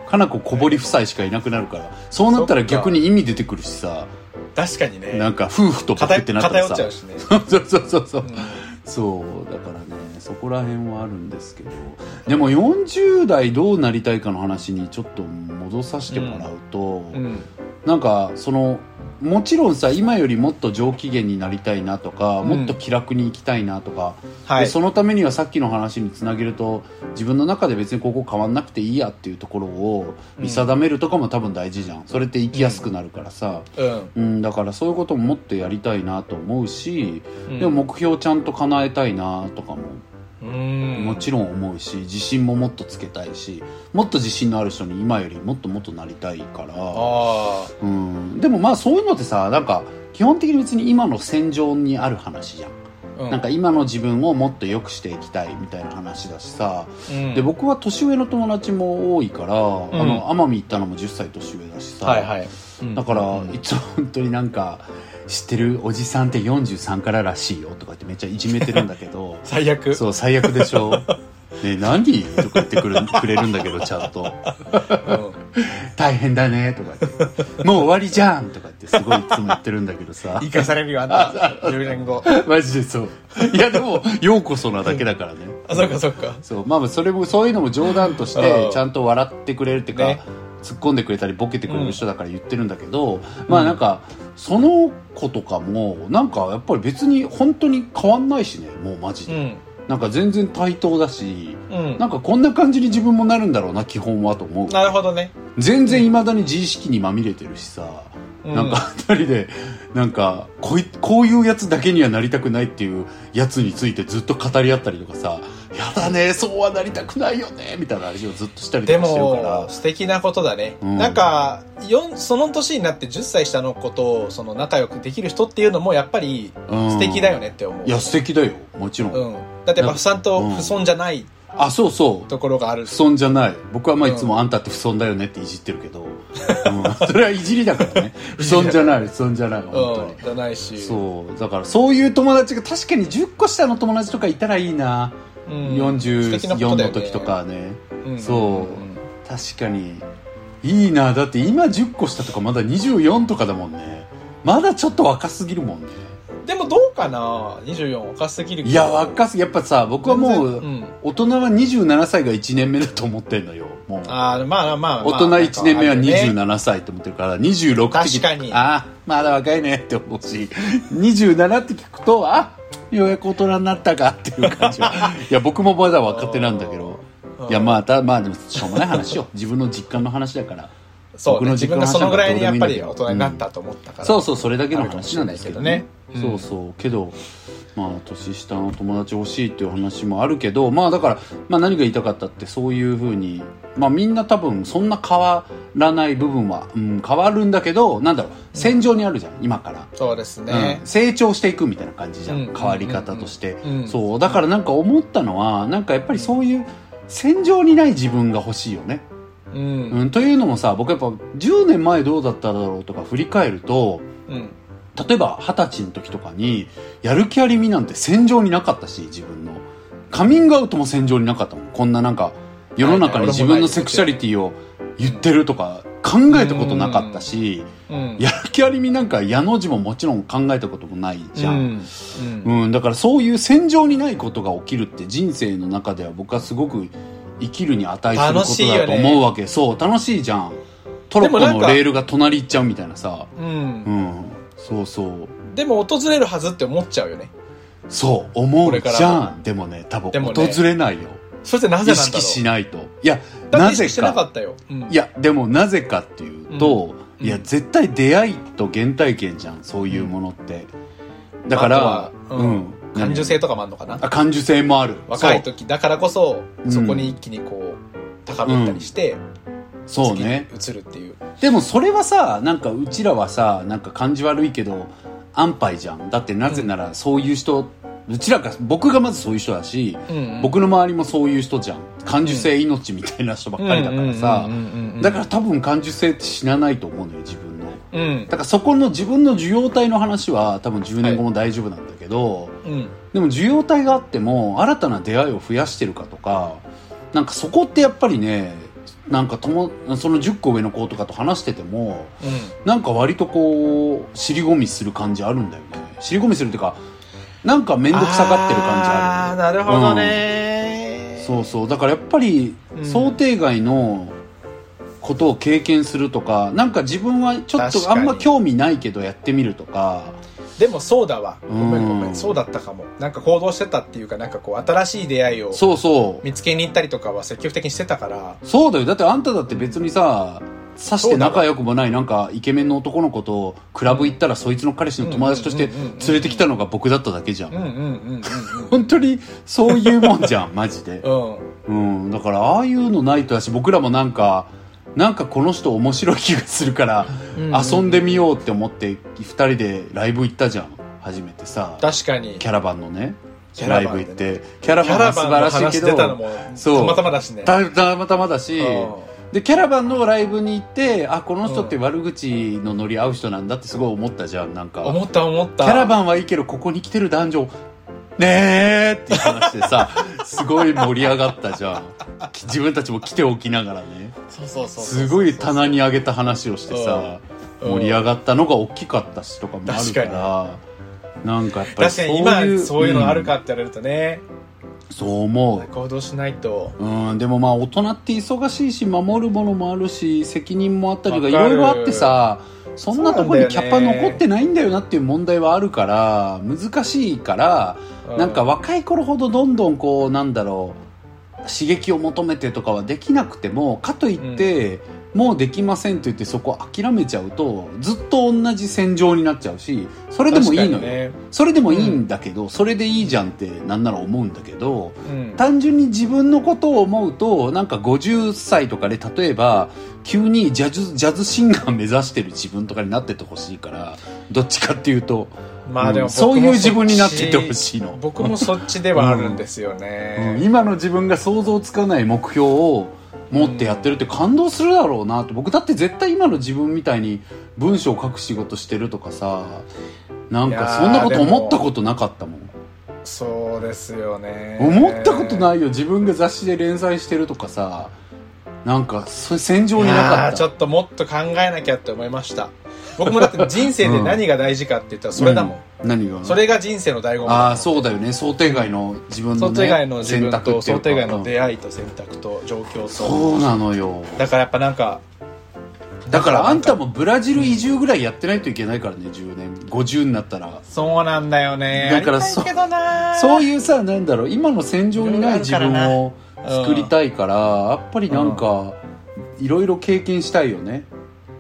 Speaker 3: かなこ小堀夫妻しかいなくなるからそうなったら逆に意味出てくるしさ
Speaker 2: 確かにね
Speaker 3: なんか夫婦とか
Speaker 2: 偏
Speaker 3: ってなったら
Speaker 2: 偏っ
Speaker 3: さ
Speaker 2: ちゃうしね、
Speaker 3: そうそうそうそう、
Speaker 2: うん
Speaker 3: そうだからねそこら辺はあるんですけどでも40代どうなりたいかの話にちょっと戻させてもらうと、
Speaker 2: うん
Speaker 3: なんかそのもちろんさ今よりもっと上機嫌になりたいなとか、
Speaker 2: うん
Speaker 3: もっと気楽に生きたいなとか、
Speaker 2: はい
Speaker 3: でそのためにはさっきの話につなげると自分の中で別にここ変わんなくていいやっていうところを見定めるとかも多分大事じゃん、それって生きやすくなるからさ、
Speaker 2: うん
Speaker 3: うんだからそういうことももっとやりたいなと思うし、
Speaker 2: うん
Speaker 3: でも目標ちゃんと叶えたいなとかも
Speaker 2: うん
Speaker 3: もちろん思うし自信ももっとつけたいしもっと自信のある人に今よりもっともっとなりたいから。
Speaker 2: あ
Speaker 3: うん、でもまあそういうのってさなんか基本的に別に今の戦場にある話じゃん、
Speaker 2: あ、う
Speaker 3: なんか、今の自分をもっと良くしていきたいみたいな話だしさ、
Speaker 2: うん
Speaker 3: で僕は年上の友達も多いから、
Speaker 2: ん
Speaker 3: あの奄美行ったのも10歳年上だしさ、
Speaker 2: はいはい、
Speaker 3: だから、
Speaker 2: うん
Speaker 3: いつも本当になんか知ってるおじさんって43かららしいよとかってめっちゃいじめてるんだけど
Speaker 2: 最悪
Speaker 3: そう最悪でしょね、何とか言ってくるくれるんだけどちゃんと「大変だね」とか言って「もう終わりじゃん」とか言ってすごいいつも言ってるんだけどさ
Speaker 2: 生かされるよあんた10年後
Speaker 3: マジでそういやでも「ようこそ」なだけだからね
Speaker 2: あそっかそっか
Speaker 3: そうまあまあそれもそういうのも冗談とし
Speaker 2: うん
Speaker 3: てちゃんと笑ってくれるっていうか、
Speaker 2: ね
Speaker 3: 突っ込んでくれたりボケてくれる人だから言ってるんだけど、まあなんかその子とかもなんかやっぱり別に本当に変わんないしねもうマジ
Speaker 2: う
Speaker 3: で、
Speaker 2: ん
Speaker 3: なんか全然対等だし
Speaker 2: うん
Speaker 3: なんかこんな感じに自分もなるんだろうな基本はと思う
Speaker 2: なるほどね
Speaker 3: 全然いまだに自意識にまみれてるしさ、
Speaker 2: うん
Speaker 3: なんか2人でなんかこいこういうやつだけにはなりたくないっていうやつについてずっと語り合ったりとかさ「やだねそうはなりたくないよね」みたいな話をずっとしたりと
Speaker 2: で
Speaker 3: かしてるから
Speaker 2: も素敵なことだね、
Speaker 3: うん
Speaker 2: なんかよんその年になって10歳下の子とその仲良くできる人っていうのもやっぱり
Speaker 3: うん
Speaker 2: 素敵だよねって思う、うん、
Speaker 3: いや素敵だよもちろん、
Speaker 2: だってやっぱ不散と不損じゃない
Speaker 3: あそうそう
Speaker 2: ところがある
Speaker 3: 不損じゃない僕はまあ
Speaker 2: うん
Speaker 3: いつも「あんたって不損だよね」っていじってるけど、うん、そ れはいじりだ からね不損じゃない不損じゃない本当に
Speaker 2: うん、じゃないし
Speaker 3: そうだからそういう友達が確かに10個下の友達とかいたらいいな、
Speaker 2: う、ん、素敵なこ
Speaker 3: 44
Speaker 2: だ
Speaker 3: の
Speaker 2: よね
Speaker 3: 時と、かね
Speaker 2: うん
Speaker 3: そうん確かにいいなだって今10個下とかまだ24とかだもんねまだちょっと若すぎるもんね
Speaker 2: でもどうかな24若すぎるけど
Speaker 3: いや若すぎやっぱさ僕はも
Speaker 2: 全然
Speaker 3: う
Speaker 2: うん
Speaker 3: 大人は27歳が1年目だと思ってんのよもう
Speaker 2: あーまあまあまあ、
Speaker 3: 大人1年目は
Speaker 2: ね
Speaker 3: 27歳と思ってるから26って聞く
Speaker 2: 確かに
Speaker 3: ああまだ若いねって思うし27って聞くとあようやく大人になったかっていう感じ はいや僕もまだ若手なんだけど
Speaker 2: うん
Speaker 3: いやまあたまあでもしょうもない話よ自分の実感の話だから
Speaker 2: そう、
Speaker 3: 僕
Speaker 2: ね、
Speaker 3: の
Speaker 2: 自
Speaker 3: 実感
Speaker 2: 分
Speaker 3: の
Speaker 2: が
Speaker 3: 話
Speaker 2: そ
Speaker 3: な
Speaker 2: の
Speaker 3: ん
Speaker 2: ぐら
Speaker 3: か
Speaker 2: い
Speaker 3: どうで
Speaker 2: に
Speaker 3: も
Speaker 2: やっ
Speaker 3: いいんだ
Speaker 2: ぱり
Speaker 3: けど
Speaker 2: 大人になったと思ったから、
Speaker 3: そうそうそれだけの話なんですけどね
Speaker 2: あるかもしれないけどねうん
Speaker 3: そうそうけどまあ年下の友達欲しいっていう話もあるけどまあだから、まあ、何が言いたかったってそういうふうに、まあ、みんな多分そんな変わらない部分は、うん、変わるんだけどなんだろう戦場にあるじゃん今から。
Speaker 2: そうですね
Speaker 3: うん、成長していくみたいな感じじゃん、
Speaker 2: うん
Speaker 3: 変わり方として、
Speaker 2: うんうん
Speaker 3: そうだからなんか思ったのはなんかやっぱりそういう戦場にない自分が欲しいよね、
Speaker 2: うん
Speaker 3: うん、というのもさ僕やっぱ10年前どうだっただろうとか振り返ると
Speaker 2: うん
Speaker 3: 例えば二十歳の時とかにやる気ありみなんて戦場になかったし自分のカミングアウトも戦場になかったもんこんななんか世の中に自分のセクシャリティを言ってるとか考えたことなかったし
Speaker 2: うん
Speaker 3: やる気ありみなんか矢の字ももちろん考えたこともないじゃ
Speaker 2: うん
Speaker 3: ん、
Speaker 2: うん
Speaker 3: うん、だからそういう戦場にないことが起きるって人生の中では僕はすごく生きるに値
Speaker 2: 楽
Speaker 3: す
Speaker 2: しい
Speaker 3: ること
Speaker 2: よ
Speaker 3: だ
Speaker 2: ね
Speaker 3: と思うわけ、そう楽しいじゃんトロッコ
Speaker 2: でもなん
Speaker 3: の
Speaker 2: か
Speaker 3: レールが隣行っちゃうみたいなさ
Speaker 2: うん
Speaker 3: うんそうそう
Speaker 2: でも訪れるはずって思っちゃうよね
Speaker 3: そう思
Speaker 2: こ
Speaker 3: う
Speaker 2: れから
Speaker 3: じゃんでもね多
Speaker 2: で
Speaker 3: 分
Speaker 2: もね
Speaker 3: 訪れないよ、
Speaker 2: それって
Speaker 3: 意
Speaker 2: なぜなんだ
Speaker 3: 識
Speaker 2: ろ
Speaker 3: し
Speaker 2: う
Speaker 3: ないといや
Speaker 2: だっ
Speaker 3: な
Speaker 2: て意
Speaker 3: ぜ
Speaker 2: 識してなか
Speaker 3: か
Speaker 2: ったよ、うん
Speaker 3: いやでもなぜかっていうと、
Speaker 2: うん
Speaker 3: いや
Speaker 2: うん
Speaker 3: 絶対出会いと原体験じゃんそういうものって、だか
Speaker 2: あ
Speaker 3: ら
Speaker 2: とはうん感受性とかもあるのかな
Speaker 3: あ感受性もある
Speaker 2: 若い時だからこそ
Speaker 3: うん
Speaker 2: そこに一気にこう高ぶったりして、
Speaker 3: そうそうね
Speaker 2: 次に移るっていう
Speaker 3: でもそれはさなんかうちらはさなんか感じ悪いけど安牌じゃんだってなぜならそういう人、うちらが僕がまずそういう人だし、
Speaker 2: うん
Speaker 3: 僕の周りもそういう人じゃん感受性命みたいな人ばっかりだからさ
Speaker 2: うんうんうんうんうん
Speaker 3: だから多分感受性って死なないと思うのよ自分の
Speaker 2: うん
Speaker 3: だからそこの自分の受容体の話は多分10年後も大丈夫なんだけど、
Speaker 2: うん
Speaker 3: でも受容体があっても新たな出会いを増やしてるかとかなんかそこってやっぱりねなんかともその10個上の子とかと話しててもなんか割とこう尻込みする感じあるんだよね尻込みするっていうかなんか面倒くさがってる感じある
Speaker 2: あーなるほどね、
Speaker 3: そうそうだからやっぱり
Speaker 2: うん
Speaker 3: 想定外のことを経験するとか、なんか自分はちょっ
Speaker 2: 確
Speaker 3: と
Speaker 2: か
Speaker 3: あ
Speaker 2: に
Speaker 3: んま興味ないけどやってみるとか
Speaker 2: でもそうだわごめんごめ
Speaker 3: うんん
Speaker 2: そうだったかもなんか行動してたっていうかなんかこう新しい出会いを
Speaker 3: そうそう
Speaker 2: 見つけに行ったりとかは積極的にしてたから
Speaker 3: そうだよだってあんただって別にささして仲良くもないなんかイケメンの男の子とクラブ行ったらそいつの彼氏の友達として
Speaker 2: うんうんうんうんうん
Speaker 3: 連れてきたのが僕だっただけじゃ
Speaker 2: うんうん
Speaker 3: ん
Speaker 2: うん
Speaker 3: 本当 にそういうもんじゃんマジで
Speaker 2: うんうん
Speaker 3: うん、だからああいうのないとだし僕らもなんかなんかこの人面白い気がするから
Speaker 2: うん
Speaker 3: 遊んでみようって思って2人でライブ行ったじゃん初めてさ
Speaker 2: 確かに
Speaker 3: キャラバンのね
Speaker 2: キャラバ
Speaker 3: ラ
Speaker 2: ン
Speaker 3: イ
Speaker 2: でね
Speaker 3: ブ行ってキャラ
Speaker 2: キ
Speaker 3: バン
Speaker 2: ャ
Speaker 3: は
Speaker 2: ラ
Speaker 3: 素
Speaker 2: バン
Speaker 3: 晴
Speaker 2: の
Speaker 3: らしいけ
Speaker 2: 話出たの
Speaker 3: ど
Speaker 2: も
Speaker 3: そう
Speaker 2: たまたまだしね
Speaker 3: たたまたまだし
Speaker 2: う
Speaker 3: でキャラバンのライブに行ってあこの人って悪口のノリ合う人なんだってすごい思ったじゃんなん
Speaker 2: ん
Speaker 3: か
Speaker 2: 思った思っ
Speaker 3: キ
Speaker 2: た
Speaker 3: ャラ
Speaker 2: ン
Speaker 3: バンはいいけどここに来てる男女ねえっていう話でさすごい盛り上がったじゃんき自分たちも来ておきながらね
Speaker 2: そうそうそうそう
Speaker 3: すごい棚に上げた話をしてさ
Speaker 2: うん
Speaker 3: 盛り上がったのが大きかったしとかもあるからなんかやっぱり
Speaker 2: 確かに今そういうのあるか
Speaker 3: ん
Speaker 2: って言われるとね、
Speaker 3: そう思う
Speaker 2: 行動しないと
Speaker 3: うん、でもまあ大人って忙しいし守るものもあるし責任もあったりとか
Speaker 2: わ
Speaker 3: い
Speaker 2: かる
Speaker 3: ろいろあってさそんなとこにキャパ
Speaker 2: そうなんだよね
Speaker 3: 残ってないんだよなっていう問題はあるから難しいから
Speaker 2: う
Speaker 3: なんか若い頃ほどどんどんこうなんだろう刺激を求めてとかはできなくてもかといってもうできませんと言ってそこ諦めちゃうとずっと同じ戦場になっちゃうしそれでもいいの
Speaker 2: 確かに
Speaker 3: よ
Speaker 2: ね
Speaker 3: それでもいいんだけどそれでいいじゃんってなんなら思うんだけど。
Speaker 2: うん
Speaker 3: 単純に自分のことを思うとなんか50歳とかで例えば急にジャズジャズシンガー目指してる自分とかになっててほしいからどっちかっていうと、
Speaker 2: まあで
Speaker 3: う
Speaker 2: も
Speaker 3: んそういう自分になっててほ
Speaker 2: い
Speaker 3: しいの、
Speaker 2: 僕もそっちではあるんですよ
Speaker 3: うん
Speaker 2: ね、
Speaker 3: 今の自分が想像つかない目標を持ってやってるって感動するだろうなって僕だって絶対今の自分みたいに文章を書く仕事してるとかさなん
Speaker 2: いや
Speaker 3: か
Speaker 2: ー
Speaker 3: そんなこと
Speaker 2: でも
Speaker 3: 思ったことなかったもん
Speaker 2: そうですよね
Speaker 3: 思ったこと
Speaker 2: い
Speaker 3: ないよ自分が雑誌で連載してるとかさなんかそういう戦場になか
Speaker 2: や
Speaker 3: っ
Speaker 2: ー
Speaker 3: た
Speaker 2: ちょっともっと考えなきゃって思いました僕もだって人生で何が大事かって言ったらそれだもん、
Speaker 3: うん何が
Speaker 2: それが人生の醍醐味
Speaker 3: ああそうだよね想定外の自分の、
Speaker 2: 想
Speaker 3: ね、
Speaker 2: 定外の自分
Speaker 3: 選択
Speaker 2: と
Speaker 3: っていうか
Speaker 2: 想定外の
Speaker 3: うん
Speaker 2: 出会いと選択と状況と
Speaker 3: そうなのよ
Speaker 2: だからやっぱなんか
Speaker 3: だからあんた
Speaker 2: も
Speaker 3: もブラジル移住ぐらいやってないといけないからね10年50になったら
Speaker 2: そうなんだよね
Speaker 3: だから
Speaker 2: ありた
Speaker 3: そ
Speaker 2: いけどな
Speaker 3: そういうさなんだろう今の戦場にない自分を
Speaker 2: うん
Speaker 3: 作りたいからやっぱりなんかいろいろ経験したいよね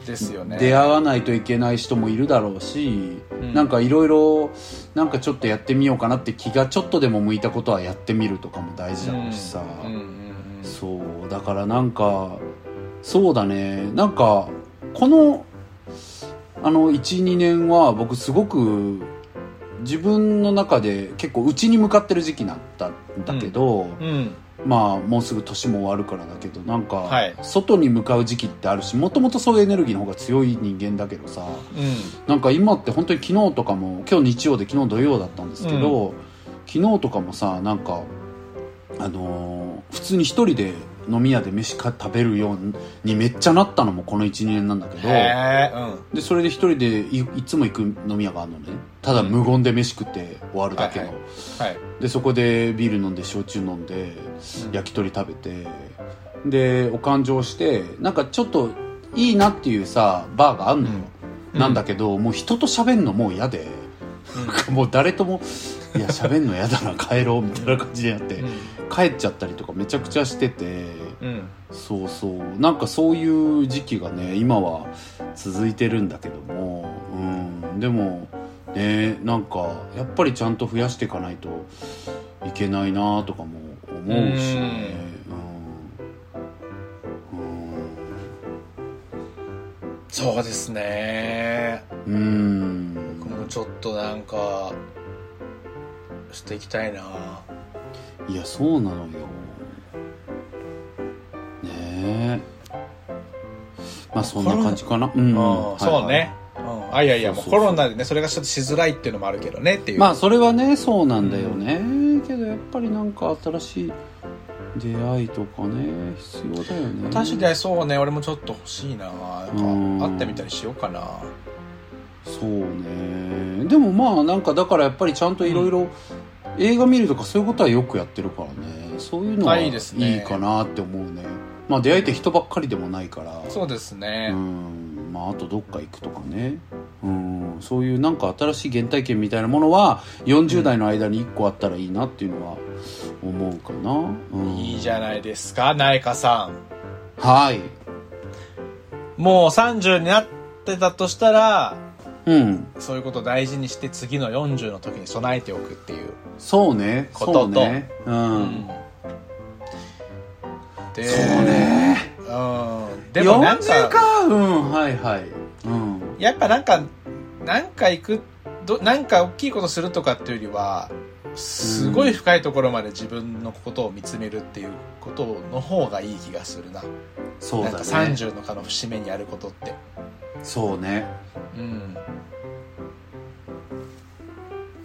Speaker 2: ですよね
Speaker 3: 出会わないといけない人もいるだろうし、
Speaker 2: うん
Speaker 3: なんかいろいろなんかちょっとやってみようかなって気がちょっとでも向いたことはやってみるとかも大事だろうしさ、
Speaker 2: うんうんうんうん
Speaker 3: そうだからなんかそうだねなんかこのあの12年は僕すごく自分の中で結構うちに向かってる時期だったんだけど、
Speaker 2: うん
Speaker 3: まあもうすぐ年も終わるからだけどなんか、
Speaker 2: はい
Speaker 3: 外に向かう時期ってあるしもともとそういうエネルギーの方が強い人間だけどさ
Speaker 2: うん
Speaker 3: なんか今って本当に昨日とかも今日日曜で昨日土曜だったんですけど、昨日とかもさなんかあのー普通に一人で飲み屋で飯か食べるようにめっちゃなったのもこの12年なんだけど
Speaker 2: へえうん
Speaker 3: でそれで一人でいいつも行く飲み屋があるのねただ無言で飯食って終わるだけの。
Speaker 2: はいはい
Speaker 3: でそこでビール飲んで焼酎飲んで焼き鳥食べてでお勘定してなんかちょっといいなっていうさバーがあんのよ、
Speaker 2: うん
Speaker 3: なんだけどもう人と喋んのもう嫌で、 もう誰とも「いや喋んの嫌だな帰ろう」みたいな感じになって、帰っちゃったりとかめちゃくちゃしてて
Speaker 2: うんうん
Speaker 3: そうそうなんかそういう時期がね今は続いてるんだけどもうんでもねなんかやっぱりちゃんと増やしていかないといけないなとかも思うしね
Speaker 2: そうですね
Speaker 3: うんうん
Speaker 2: 僕もちょっとなんかしていきたいない
Speaker 3: やそうなのよねえまあそんな感じかなうん、
Speaker 2: うんそうねうんあいやいや
Speaker 3: そ
Speaker 2: も
Speaker 3: うそ
Speaker 2: う
Speaker 3: う
Speaker 2: コ
Speaker 3: そう
Speaker 2: ロナでねそれがちょっとしづらいっていうのもあるけどねっていう
Speaker 3: まあそれはねそうなんだよね、けどやっぱりなんか新しい出会いとかね必要だよね
Speaker 2: 確かにそうね俺もちょっと欲しいななんか会ってみたりしようかな
Speaker 3: そうねでもまあなんかだからやっぱりちゃんといろいろ映画見るとかそういうことはよくやってるからねそういうのは
Speaker 2: あ
Speaker 3: い
Speaker 2: いいですね
Speaker 3: いかなって思うねまあ出会いって人ばっかりでもないから
Speaker 2: そうですね
Speaker 3: うんまああとどっか行くとかねうんそういうなんか新しい原体験みたいなものは40代の間に1個あったらいいなっていうのは思うかな、うん
Speaker 2: いいじゃないですか内科さん
Speaker 3: はい
Speaker 2: もう30になってたとしたら
Speaker 3: うん
Speaker 2: そういうことを大事にして次の40の時に備えておくっていう
Speaker 3: そうね
Speaker 2: こと
Speaker 3: そう
Speaker 2: と
Speaker 3: ねうん、
Speaker 2: で
Speaker 3: そうね
Speaker 2: うんで
Speaker 3: で
Speaker 2: も
Speaker 3: も
Speaker 2: なん
Speaker 3: 40
Speaker 2: か
Speaker 3: かうんはいはいうん
Speaker 2: やっぱなんかなんか行くどなんか大きいことするとかっていうよりはすごい深いところまで自分のことを見つめるっていうことの方がいい気がするな,、
Speaker 3: そう
Speaker 2: なん
Speaker 3: だ
Speaker 2: か
Speaker 3: ね
Speaker 2: 30のかの節目にやることって
Speaker 3: そうね
Speaker 2: うん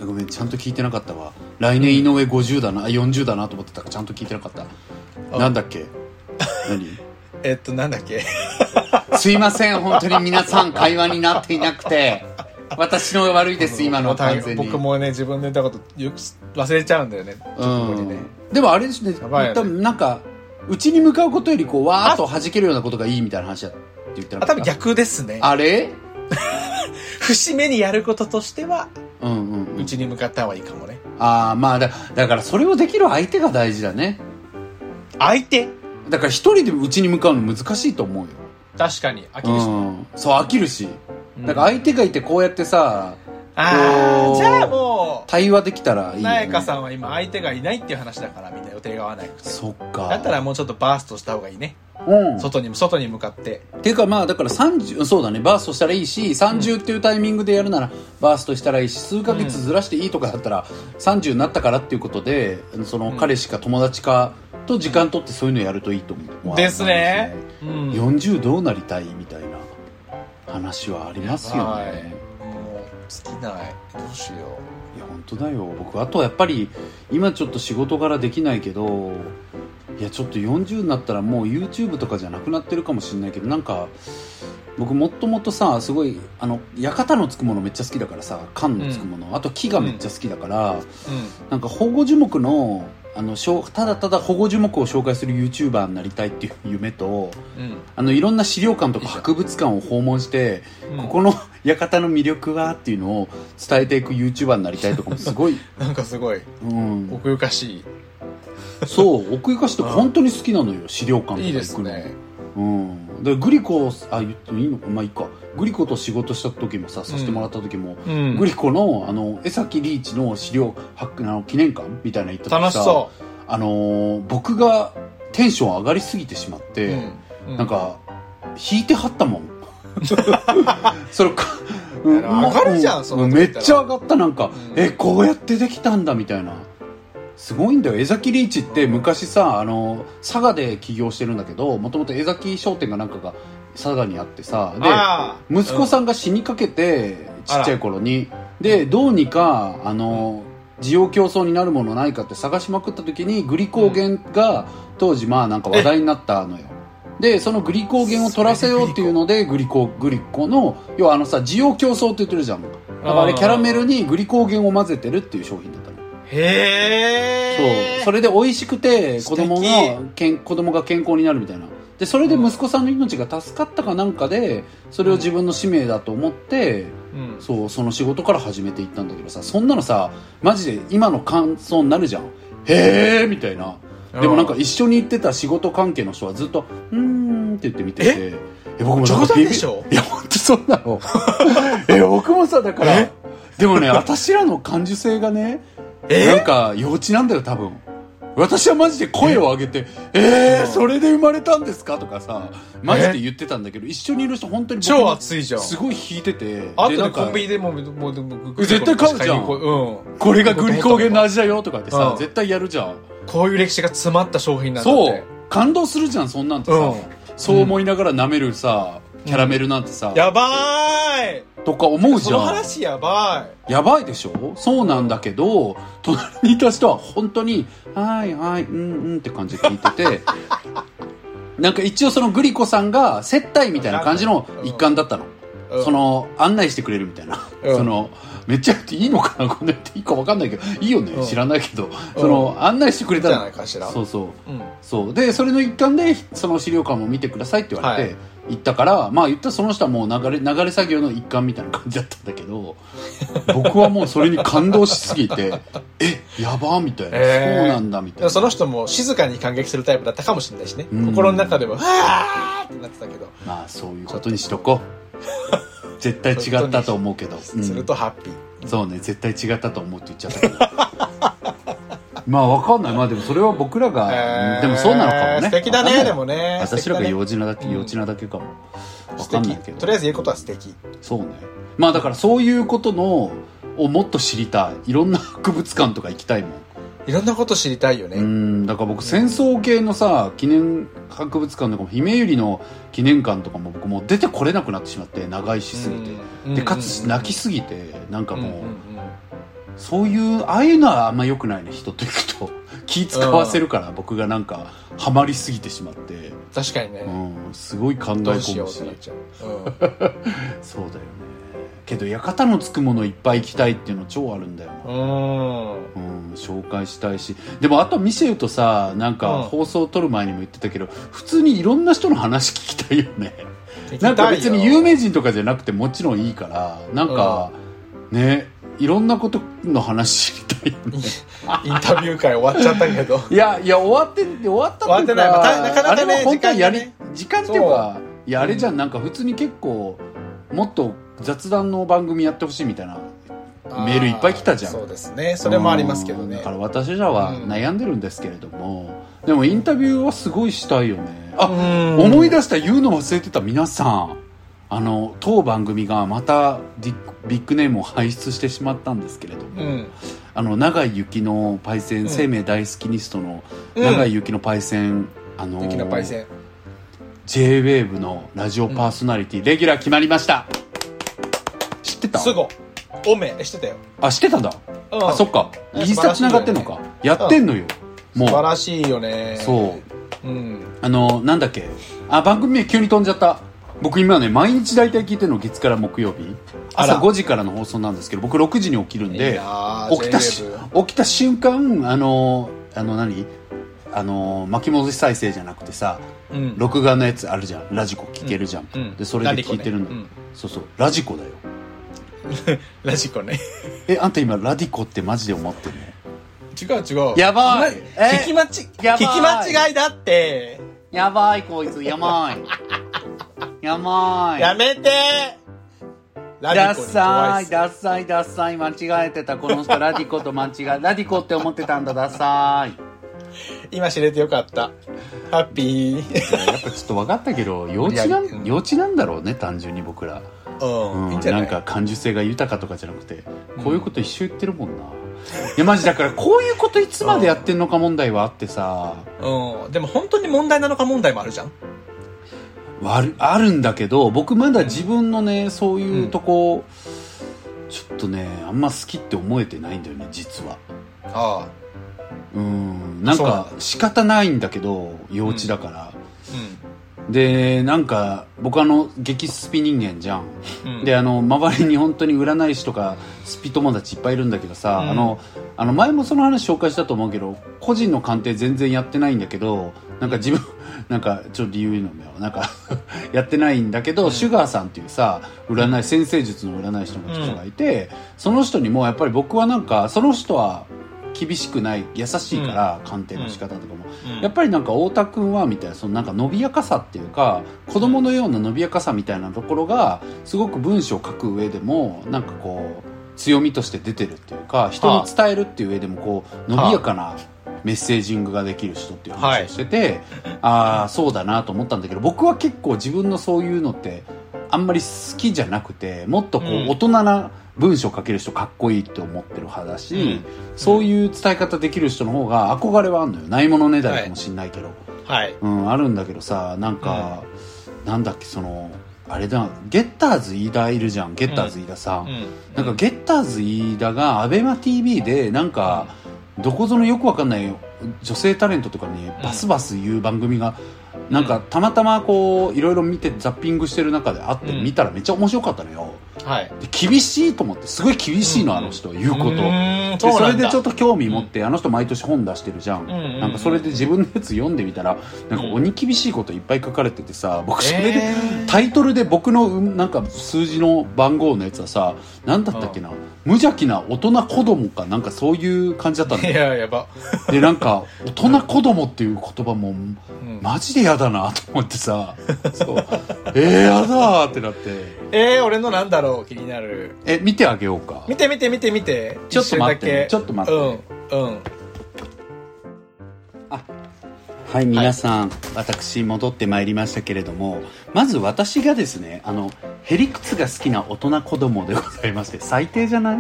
Speaker 3: ごめんちゃんと聞いてなかったわ来年井上50だな、40だなと思ってたからちゃんと聞いてなかった
Speaker 2: あ
Speaker 3: なんだっけ何
Speaker 2: えっと、なんだっけ
Speaker 3: すいません本当に皆さん会話になっていなくて私の悪いです今の
Speaker 2: もう大
Speaker 3: 完
Speaker 2: 変
Speaker 3: 全に
Speaker 2: 僕もね、自分で言ったことよく忘れちゃうんだよね。直後
Speaker 3: う
Speaker 2: に
Speaker 3: ん
Speaker 2: ね。
Speaker 3: でもあれですね
Speaker 2: ばいよね
Speaker 3: 多分なんかうちに向かうことよりこうわーっと弾けるようなことがいいみたいな話だって言ってな
Speaker 2: あ、
Speaker 3: か
Speaker 2: 多
Speaker 3: った
Speaker 2: 分逆ですね。
Speaker 3: あれ
Speaker 2: 節目にやることとしては、
Speaker 3: うんうん、う、
Speaker 2: うんちに向かった方がいいかもね。
Speaker 3: ああまあだだからそれをできる相手が大事だね
Speaker 2: 相手
Speaker 3: だから一人でうちに向かうの難しいと思うよ
Speaker 2: 確かに、飽きるし
Speaker 3: うん、そう飽きるし、なんか相手がいてこうやってさ
Speaker 2: あ
Speaker 3: こ
Speaker 2: あ、
Speaker 3: う
Speaker 2: じゃあも、
Speaker 3: 対話できたらいういよ、
Speaker 2: な
Speaker 3: ね
Speaker 2: え、かさんは今相手がいないっていう話だから、みんな予定が合わなくて。
Speaker 3: そっか
Speaker 2: だったらもうちょっとバーストした方がいいね。
Speaker 3: うん
Speaker 2: 外に、外に向かって。
Speaker 3: っていうかまあだから30そうだねバーストしたらいいし30っていうタイミングでやるならバーストしたらいいし数ヶ月ずらしていいとかだったら30になったからっていうことでその彼氏か友達かと時間取ってそういうのやるといいと思う
Speaker 2: ですね。う
Speaker 3: まあ
Speaker 2: ん
Speaker 3: 40どうなりたいみたいな話はありますよ
Speaker 2: は
Speaker 3: ね
Speaker 2: い。もう、尽きない。どうしよ
Speaker 3: いや本当だよ僕あとはやっぱり今ちょっと仕事柄できないけどいやちょっと40になったらもう YouTube とかじゃなくなってるかもしれないけどなんか僕もっともっとさすごいあの館のつくものめっちゃ好きだからさ缶のつくもの、あと木がめっちゃ好きだから、
Speaker 2: う。うん。
Speaker 3: なんか保護樹木のあのしょうただただ保護樹木を紹介する YouTuber になりたいっていう夢と
Speaker 2: うん
Speaker 3: あのいろんな資料館とか博物館を訪問して
Speaker 2: うん
Speaker 3: ここの館の魅力はっていうのを伝えていく YouTuber になりたいとかもすごい、
Speaker 2: なんかすごい
Speaker 3: うん、
Speaker 2: 奥ゆかし
Speaker 3: そう奥ゆかしって本当に好きなのよ資料館とか
Speaker 2: いいいで
Speaker 3: 行
Speaker 2: す
Speaker 3: くの
Speaker 2: ね
Speaker 3: うん、でグリコあ言っていいのかまあいいかグリコと仕事した時もささせてもらった時も、
Speaker 2: うん
Speaker 3: グリコのあの江崎リーチの資料発あの記念館みたいなの行った時
Speaker 2: 楽し
Speaker 3: さ
Speaker 2: そ
Speaker 3: あのー僕がテンション上がりすぎてしまっ
Speaker 2: う、
Speaker 3: て、
Speaker 2: うん
Speaker 3: なんか弾いてはった もんそれか、う
Speaker 2: あの上がるじゃん
Speaker 3: う
Speaker 2: その時
Speaker 3: めっちゃ上がったなんか、
Speaker 2: うん
Speaker 3: えこうやってできたんだみたいなすごいんだよ江崎リーチって昔さあの佐賀で起業してるんだけどもともと江崎商店がなんかが佐賀にあってさで
Speaker 2: あー
Speaker 3: 息子さんが死にかけて、ちっちゃい頃にでどうにかあの需要競争になるものないかって探しまくった時にグリコーゲンが当時まあなんか話題になったのよでそのグリコーゲンを取らせようっていうのでグリコグリコの要はあのさ需要競争って言ってるじゃんだからあれ
Speaker 2: あー
Speaker 3: キャラメルにグリコーゲンを混ぜてるっていう商品だったの
Speaker 2: へえ
Speaker 3: そうそ
Speaker 2: れ
Speaker 3: れで美味しくて
Speaker 2: 素
Speaker 3: 子
Speaker 2: 敵
Speaker 3: 供がけん子供が健康になるみたいなでそれで息子さんの命が助かったかなんかでそれを自分の使命だと思って、
Speaker 2: うん
Speaker 3: そうその仕事から始めていったんだけどさそんなのさマジで今の感想になるじゃんへえみたいなでもなんか一緒に行ってた仕事関係の人はずっと「うーん」って言って見ててえ僕なんか
Speaker 2: 冗談でしょ
Speaker 3: ビビいや本当そうな のえ僕もさだから
Speaker 2: え
Speaker 3: でもね私らの感受性がねなん
Speaker 2: え
Speaker 3: か幼稚なんだよ多分私はマジで声を上げて「えー、それで生まれたんですか?」とかさマジで言ってたんだけど一緒にいる人本当に僕
Speaker 2: 超熱いじゃん
Speaker 3: すごい引いてて
Speaker 2: あと
Speaker 3: な
Speaker 2: で
Speaker 3: んか
Speaker 2: コンビニでももうでも
Speaker 3: 絶対買うじゃん
Speaker 2: こうん
Speaker 3: これがグリコーゲンの味だよとかってさ、
Speaker 2: うん
Speaker 3: 絶対やるじゃん。
Speaker 2: こういう歴史が詰まった商品なんだっ
Speaker 3: そう
Speaker 2: て。
Speaker 3: 感動するじゃん、そんなんてさ。
Speaker 2: う
Speaker 3: そう思いながら舐めるさ、キャラメルなんてさ、
Speaker 2: やばーい
Speaker 3: とか思う
Speaker 2: そ
Speaker 3: じゃ
Speaker 2: の
Speaker 3: ん。
Speaker 2: 話やば
Speaker 3: やばいでしょそうなんだけど、隣にいた人は本当に、はいはい、うんうんって感じで聞いて て、なんか一応そのグリコさんが接待みたいな感じの一環だったの。
Speaker 2: い、うん
Speaker 3: その案内してくれるみたいな、
Speaker 2: うん
Speaker 3: そのめっちゃ言っていいのかなこんな言っていいか分かんないけどいいよね、
Speaker 2: うん
Speaker 3: 知らないけど、その案内してくれ
Speaker 2: じ
Speaker 3: た
Speaker 2: ゃ
Speaker 3: の
Speaker 2: ないかしら
Speaker 3: そうそう
Speaker 2: うん
Speaker 3: そうでそれの一環でその資料館も見てくださいって言われて、
Speaker 2: は
Speaker 3: 行ったからまあ言ったらその人はもう流れ流れ作業の一環みたいな感じだったんだけ ど僕はもうそれに感動しすぎて えやばーみたいな、
Speaker 2: えー
Speaker 3: そうなんだみたい
Speaker 2: でも
Speaker 3: な
Speaker 2: その人も静かに感激するタイプだったかもしれないしね、
Speaker 3: うん
Speaker 2: 心の中では「わー!」ってなってたけど、
Speaker 3: まあそういうことにしとこう絶対違ったと思うけど、うん
Speaker 2: するとハッピー
Speaker 3: そうね絶対違ったと思うって言っちゃったけど まあわかんないまあでもそれは僕らが、
Speaker 2: えー
Speaker 3: でもそうなのかもね
Speaker 2: 素敵だ
Speaker 3: わかんな
Speaker 2: ね
Speaker 3: い
Speaker 2: でもね
Speaker 3: 私らが幼
Speaker 2: 素
Speaker 3: 稚なだけ、
Speaker 2: うん
Speaker 3: 幼稚なだけかもわ
Speaker 2: 敵
Speaker 3: か
Speaker 2: だ
Speaker 3: ん
Speaker 2: ね
Speaker 3: ない
Speaker 2: 素
Speaker 3: け
Speaker 2: 敵
Speaker 3: ど
Speaker 2: とりあえず言うことは素敵
Speaker 3: そうねまあだからそういうことのをもっと知りたいいろんな博物館とか行きたいもん
Speaker 2: いろんなこと知りたいよね、
Speaker 3: うんだから僕戦争系のさ記念博物館とかも姫百合の記念館とかも僕もう出てこれなくなってしまって長いしすぎて、
Speaker 2: うん
Speaker 3: でかつ泣きすぎてなんか
Speaker 2: うんうん
Speaker 3: もう
Speaker 2: うん
Speaker 3: そういうああいうのはあんま良くないね人と行くと 気使わせるから僕がなんかハマりすぎてしまって、
Speaker 2: 確かに
Speaker 3: う
Speaker 2: ね、
Speaker 3: ん、すごい考え
Speaker 2: どうし
Speaker 3: 込
Speaker 2: よ
Speaker 3: む
Speaker 2: うっ
Speaker 3: して
Speaker 2: なっちゃう、
Speaker 3: そうだよねけど館のつくものいっぱい行きたいっていうの超あるんだよな
Speaker 2: うん、うん
Speaker 3: うん、紹介したいしでもあとミシェルとさなん
Speaker 2: うん
Speaker 3: か放送を撮る前にも言ってたけど、普通にいろんな人の話聞きたいよ ねなんか別に有名人とかじゃなくてもちろんいいからなんか、ねいろんなことの話知りたいよね
Speaker 2: インタビュー会終わっちゃったけど
Speaker 3: いやいや終わって終わったっていうか
Speaker 2: 終わってないまあたなかなかね
Speaker 3: あれは本当にやり
Speaker 2: 時間
Speaker 3: 時間っていうかいやあれじゃんなんか普通に結構もっと雑談の番組やってほしいみたいな メールいっぱい来たじゃん
Speaker 2: あーそうですねそれもありますけど
Speaker 3: うん
Speaker 2: ね
Speaker 3: だから私らは悩んでるんですけれども、でもインタビューはすごいしたいよねあ、
Speaker 2: うん
Speaker 3: 思い出した言うの忘れてた皆さんあの当番組がまたディビッグネームを輩出してしまったんですけれども、
Speaker 2: うん
Speaker 3: あの永井幸のパイセン、生命大好きニストの
Speaker 2: うん
Speaker 3: 永井幸のパイセン、あの
Speaker 2: 雪のパイセン
Speaker 3: JWAVE のラジオパーソナリティ、レギュラー決まりました知ってた
Speaker 2: すごおめえしてたよ、
Speaker 3: あ知ってたんだ
Speaker 2: うん
Speaker 3: あ、そっか。
Speaker 2: ね
Speaker 3: インスタ繋がってんのか。やってんのよ。も
Speaker 2: 素晴
Speaker 3: う。
Speaker 2: らしいよね
Speaker 3: そう。
Speaker 2: う、うん、
Speaker 3: あの、なんだっけ。あ、番組名急に飛んじゃった。僕今ね、毎日大体聞いてるの月から木曜日。
Speaker 2: あら
Speaker 3: 朝5時からの放送なんですけど、僕6時に起きるん
Speaker 2: いい
Speaker 3: で
Speaker 2: な、あ
Speaker 3: 起きたし
Speaker 2: JWave
Speaker 3: 起きた瞬間、あの、あの何あの、巻き戻し再生じゃなくてさ、
Speaker 2: うん
Speaker 3: 録画のやつあるじゃん。ラジコ聞けるじゃん。
Speaker 2: うん
Speaker 3: で、それで聞いてるんだ、
Speaker 2: ラディコね
Speaker 3: そうそう、ラジコだよ。
Speaker 2: ラジコね
Speaker 3: え、あんた今、ラディコってマジで思ってるの
Speaker 2: 違う違う
Speaker 3: やばい
Speaker 2: 聞き
Speaker 3: え
Speaker 2: 聞き間ち
Speaker 3: や
Speaker 2: 聞
Speaker 3: ばい
Speaker 2: き間違いだって
Speaker 3: やばい、こいつ。やばい。やばい。
Speaker 2: やめてラ
Speaker 3: ダ
Speaker 2: ジコに
Speaker 3: サ
Speaker 2: 怖いっ
Speaker 3: い、
Speaker 2: す
Speaker 3: ダサい、ダサい。間違えてた。この人、ラディコと間違え、ラディコって思ってたんだ、ダサい。
Speaker 2: 今知れてよかったハッピー
Speaker 3: やっぱちょっと分かったけど、幼稚な
Speaker 2: 無理や
Speaker 3: ん、
Speaker 2: り
Speaker 3: 幼稚なんだろうね、単純に僕ら。
Speaker 2: うん、
Speaker 3: うん、
Speaker 2: いいんじゃ
Speaker 3: な
Speaker 2: ない
Speaker 3: んか感受性が豊かとかじゃなくて、こういうこと一周言ってるもんな。いや、マジだから、こういうこといつまでやってんのか問題はあってさ、
Speaker 2: うん、でも本当に問題なのか問題もあるじゃん
Speaker 3: わるあるんだけど僕まだ自分のねそういうとこ、ちょっとねあんま好きって思えてないんだよね実は
Speaker 2: ああ
Speaker 3: うんなん
Speaker 2: そうなん
Speaker 3: か仕方ないんだけど幼稚だから、
Speaker 2: う
Speaker 3: でなんか僕あの激スピ人間じゃん、
Speaker 2: ん、うん、
Speaker 3: であの周りに本当に占い師とかスピ友達いっぱいいるんだけどさ、
Speaker 2: うん
Speaker 3: あのあの前もその話紹介したと思うけど個人の鑑定全然やってないんだけどなんか自分 なんかちょっと理由言うのもよなんか やってないんだけど、シュガーさんっていうさ占い先生術の占い師の人がいて、その人にもやっぱり僕はなんかその人は厳しくない優しいから、鑑定の仕方とかも
Speaker 2: うん
Speaker 3: やっぱりなんか太田君はみたいなそのなんか伸びやかさっていうか子供のような伸びやかさみたいなところがすごく文章を書く上でもなんかこう強みとして出てるっていうか人に伝えるっていう上でもこう伸びやかなメッセージングができる人っていう話をしてて、ああそうだなと思ったんだけど僕は結構自分のそういうのってあんまり好きじゃなくてもっとこう
Speaker 2: うん
Speaker 3: 大人な文章を書ける人かっこいいって思ってる派だし、
Speaker 2: うん
Speaker 3: そういう伝え方できる人の方が憧れはあるのよないものねだりかもしんないけど、
Speaker 2: はい
Speaker 3: うんあるんだけどさなんか、なんだっけそのあれだゲッターズ飯田いるじゃんゲッターズ飯田さん、
Speaker 2: うん
Speaker 3: なんかゲッターズ飯田がアベマ t v でなんかどこぞのよくわかんない女性タレントとかにバスバス言う番組がなんかたまたまこういろいろ見てザッピングしてる中であって
Speaker 2: うん
Speaker 3: 見たらめっちゃ面白かったのよ
Speaker 2: はい
Speaker 3: で厳しいと思ってすごい厳しいの
Speaker 2: うん
Speaker 3: あの人言うこと
Speaker 2: ーん
Speaker 3: で
Speaker 2: う
Speaker 3: そ
Speaker 2: な
Speaker 3: れ
Speaker 2: ん
Speaker 3: で
Speaker 2: だ
Speaker 3: ちょっと興味持って、あの人毎年本出してるじゃん,、
Speaker 2: んうんうん
Speaker 3: なんかそれで自分のやつ読んでみたらなんか鬼厳しいこといっぱい書かれててさ僕それで、
Speaker 2: えー
Speaker 3: タイトルで僕のうんなんか数字の番号のやつはさ何だったっけな、無邪気な大人子供かなんかそういう感じだったん
Speaker 2: いややば、
Speaker 3: でなんか大人子供っていう言葉も
Speaker 2: うん
Speaker 3: マジで嫌だなと思ってさそうえー、やだーってなって
Speaker 2: えー、俺のなんだろう気になる
Speaker 3: え見てあげようか
Speaker 2: 見て見て見て見て
Speaker 3: ちょっと待ってね
Speaker 2: 一瞬だけ
Speaker 3: ちょっと待ってね
Speaker 2: うんうん
Speaker 3: はい皆さん、私戻ってまいりましたけれどもまず私がですねあのへりくつが好きな大人子供でございまして最低じゃ ない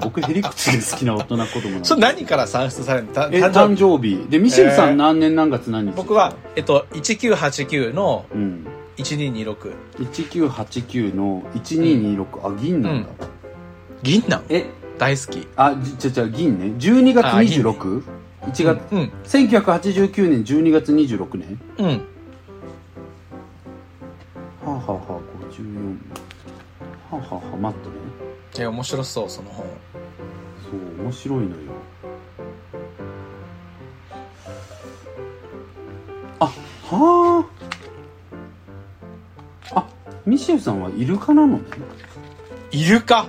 Speaker 3: 僕へりくつが好きな大人子供なんです
Speaker 2: それ何から算出されるのた
Speaker 3: え
Speaker 2: 誕生
Speaker 3: 誕
Speaker 2: 日
Speaker 3: 生日でミシェルさ
Speaker 2: えー
Speaker 3: ん何年何月何日
Speaker 2: 僕は、えっと、1989の
Speaker 3: うん
Speaker 2: 1226
Speaker 3: 1989の1226、あ銀なんだ、
Speaker 2: 銀なん
Speaker 3: え
Speaker 2: 大好き。
Speaker 3: あじじゃじゃ銀ね12月
Speaker 2: あ銀
Speaker 3: 26?1 月、
Speaker 2: うん、
Speaker 3: 1989年12月26年
Speaker 2: うん。
Speaker 3: はあ、はあはあ、54はあ、はあはあ、待ってね
Speaker 2: え、面白そう、その本。
Speaker 3: そう面白いのよあはああミシェルさんはイルカなのね
Speaker 2: イルカ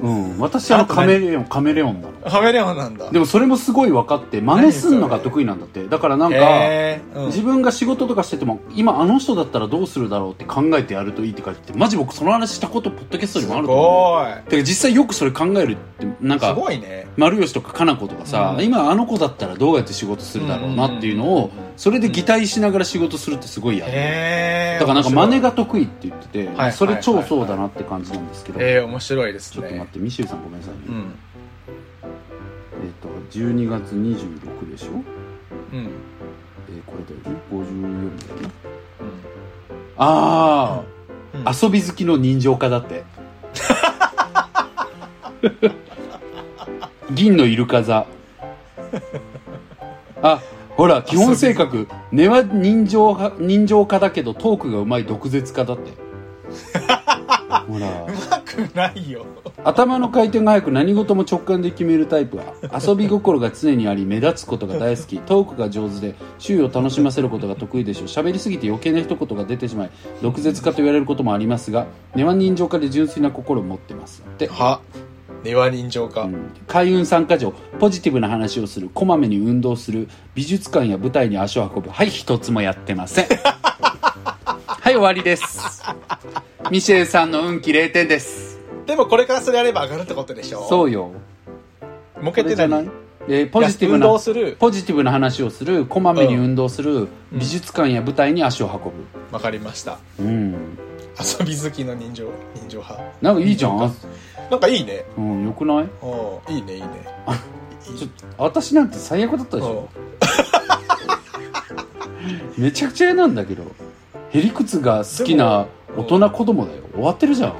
Speaker 3: うん私はあのカメレオンカメレオンなの
Speaker 2: カメレオンなんだ。
Speaker 3: でもそれもすごい分かって真似すんのが得意なんだってだからなんか
Speaker 2: へーうん
Speaker 3: 自分が仕事とかしてても今あの人だったらどうするだろうって考えてやるといいって書いててマジ僕その話したことポッドキャストにもあると思うだから実際よくそれ考えるってなん
Speaker 2: すご
Speaker 3: か
Speaker 2: い。すごいね。
Speaker 3: 丸吉とかかな子とかさ、
Speaker 2: うん
Speaker 3: 今あの子だったらどうやって仕事するだろうなっていうの
Speaker 2: う
Speaker 3: を
Speaker 2: ん
Speaker 3: それで擬態しながら仕事するってすごいやる、
Speaker 2: へえ。
Speaker 3: だからなんか
Speaker 2: 面白い
Speaker 3: 真似が得意って言ってて、
Speaker 2: はい
Speaker 3: それ超そうだなって感じなんですけど、
Speaker 2: えー、面白いです
Speaker 3: ちょっと待
Speaker 2: ね
Speaker 3: っ。てミシェルさんごめんなさいね、
Speaker 2: うん。
Speaker 3: えっ、と12月26でしょ
Speaker 2: うん。
Speaker 3: えーこれだよね54だよね
Speaker 2: うん
Speaker 3: あ
Speaker 2: うん
Speaker 3: あ、遊び好きの人情家だって銀のイルカ座あほら基本性格根は人情派人情家だけどトークがうまい毒舌家だってほら
Speaker 2: うまくないよ。
Speaker 3: 頭の回転が速く何事も直感で決めるタイプは遊び心が常にあり目立つことが大好きトークが上手で周囲を楽しませることが得意でしょう喋りすぎて余計な一言が出てしまい毒舌家と言われることもありますが根は人情家で純粋な心を持ってますって、
Speaker 2: は、根は人情か。
Speaker 3: うん開運参加条ポジティブな話をするこまめに運動する美術館や舞台に足を運ぶはい一つもやってませんはい終わりですミシェルさんの運気0点です
Speaker 2: でもこれからそれやれば上がるってことでしょ
Speaker 3: そうよ
Speaker 2: う。もけてない。
Speaker 3: えーポジティブ
Speaker 2: 運
Speaker 3: な
Speaker 2: 動する。
Speaker 3: ポジティブな話をするこまめに運動する、
Speaker 2: うん
Speaker 3: 美術館や舞台に足を
Speaker 2: わかりました。
Speaker 3: 運ぶうん
Speaker 2: 遊び好きの人情、人情派。
Speaker 3: なんかいいじゃん、
Speaker 2: なんかいいね。
Speaker 3: うん、よくない
Speaker 2: おういいね、いいね。
Speaker 3: ちょ私なんて最悪だったでしょ
Speaker 2: お
Speaker 3: めちゃくちゃ嫌なんだけどへりくつが好きな大
Speaker 2: でも
Speaker 3: 人子供だよ終わってるじ ゃん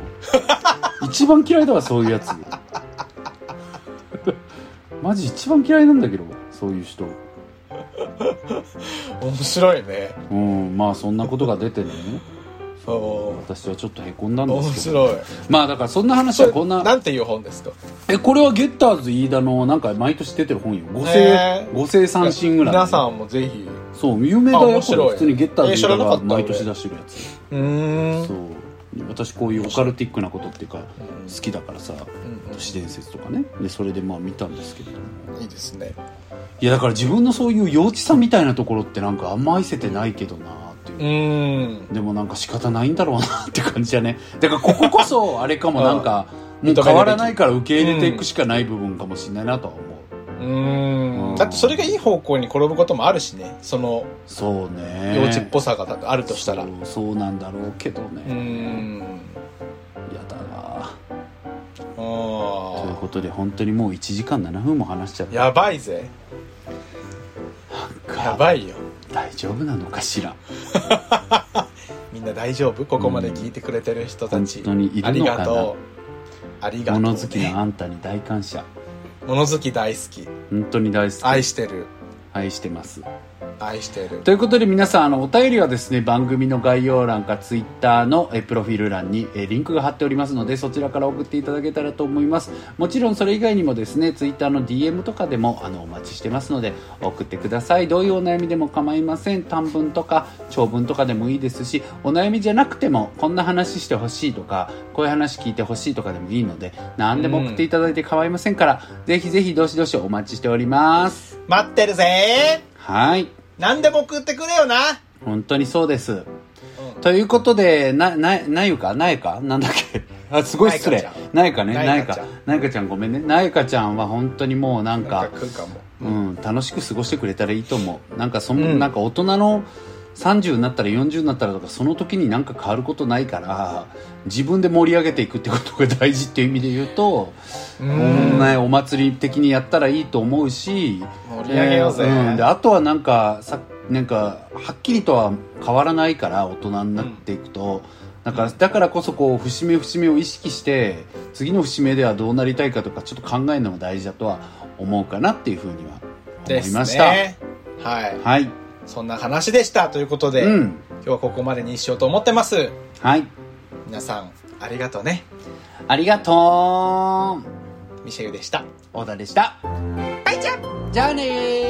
Speaker 3: 一番嫌いだわそういうやつマジ一番嫌いなんだけどそういう人
Speaker 2: う面白いね。
Speaker 3: うんまあそんなことが出てね
Speaker 2: おう
Speaker 3: 私はちょっとへこんだんで
Speaker 2: 面
Speaker 3: すけど
Speaker 2: 白い。
Speaker 3: まあだからそんな話はこんな
Speaker 2: なんていう本ですか
Speaker 3: えこれはゲッターズ飯田のなんか毎年出てる本よ五
Speaker 2: へ
Speaker 3: 星
Speaker 2: ー
Speaker 3: 五星三振ぐらい
Speaker 2: 皆さんもぜひ。
Speaker 3: そう有名だ
Speaker 2: あ
Speaker 3: よ
Speaker 2: 面
Speaker 3: こ
Speaker 2: 白い
Speaker 3: れ普通にゲッターズ飯田
Speaker 2: えー知らなかっ
Speaker 3: が
Speaker 2: た
Speaker 3: 毎年出してるやつ、
Speaker 2: うーん。
Speaker 3: そう私こういうオカルティックなことっていうか好きだからさ
Speaker 2: うん
Speaker 3: 都市伝説とかねでそれでまあ見たんですけれども
Speaker 2: いいですね。
Speaker 3: いやだから自分のそういう幼稚さみたいなところってなんかあんま愛せてないけどなーっていう
Speaker 2: うーん。
Speaker 3: でもなんか仕方ないんだろうなって感じだねだからこここそあれかもなん かもう変わらないから受け入れていくしかない部分かもしれないなとは思う、
Speaker 2: うー。
Speaker 3: うんん
Speaker 2: だってそれがいい方向に転ぶこともあるしね。その
Speaker 3: そうね
Speaker 2: 幼稚っぽさがあるとしたら。
Speaker 3: そううそうなんだろうけど
Speaker 2: ー
Speaker 3: ね、
Speaker 2: ん。
Speaker 3: やだな
Speaker 2: あ
Speaker 3: という
Speaker 2: ー
Speaker 3: ことで本当にもう1時間7分も話しちゃった
Speaker 2: やばいぜ。
Speaker 3: か
Speaker 2: やばいよ。
Speaker 3: 大丈夫なのかしら
Speaker 2: みんな大丈夫ここまで聞いてくれてる人たち。
Speaker 3: うん本当にいるのかな
Speaker 2: ありがとう。ありがとう、ね。
Speaker 3: 物好きなあんたに大感謝
Speaker 2: 物好き大好き。
Speaker 3: 本当に大好き
Speaker 2: 愛してる。
Speaker 3: 愛してます
Speaker 2: 愛してる。
Speaker 3: ということで皆さんあのお便りはですね番組の概要欄かツイッターのえプロフィール欄にえリンクが貼っておりますのでそちらから送っていただけたらと思いますもちろんそれ以外にもですねツイッターの DM とかでもあのお待ちしてますので送ってくださいどういうお悩みでも構いません短文とか長文とかでもいいですしお悩みじゃなくてもこんな話してほしいとかこういう話聞いてほしいとかでもいいので何でも送っていただいて構いませんから、ぜひぜひどしどしお待ちしております
Speaker 2: 待ってるぜ
Speaker 3: はい
Speaker 2: 何でも送ってくれよな
Speaker 3: 本当にそうです。ということで、な、な、なゆかなゆかなんだっけあ、すごい失礼。なゆかね、
Speaker 2: な
Speaker 3: な
Speaker 2: ゆ
Speaker 3: ゆ
Speaker 2: かち
Speaker 3: か
Speaker 2: ゃん。
Speaker 3: なゆかちゃんごめんね。なゆかちゃんは本当にもうなん
Speaker 2: なん
Speaker 3: か
Speaker 2: か、来るかも。
Speaker 3: うん、楽しく過ごしてくれたらいいと思う。なんかその、
Speaker 2: うん
Speaker 3: なんか大人の30になったら40になったらとか、その時になんか変わることないから、自分で盛り上げていくってことが大事っていう意味で言うと、
Speaker 2: う
Speaker 3: うん、
Speaker 2: ん。
Speaker 3: ねお祭り的にやったらいいと思うし、
Speaker 2: 盛り上げようぜ。
Speaker 3: ん、であとはなんかさなんかはっきりとは変わらないから大人になっていくと、なんかだからこそこう節目節目を意識して次の節目ではどうなりたいかとかちょっと考えるのが大事だとは思うかなっていうふうには思
Speaker 2: で
Speaker 3: い
Speaker 2: す
Speaker 3: ました、
Speaker 2: ね。はい。
Speaker 3: はい
Speaker 2: そんな話でした。ということで、
Speaker 3: うん
Speaker 2: 今日はここまでにしようと思ってます。
Speaker 3: はい
Speaker 2: 皆さん、ありがとうね。
Speaker 3: ありがとう
Speaker 2: ミシェルでした。
Speaker 3: 小田でしたはいじゃあじゃあねー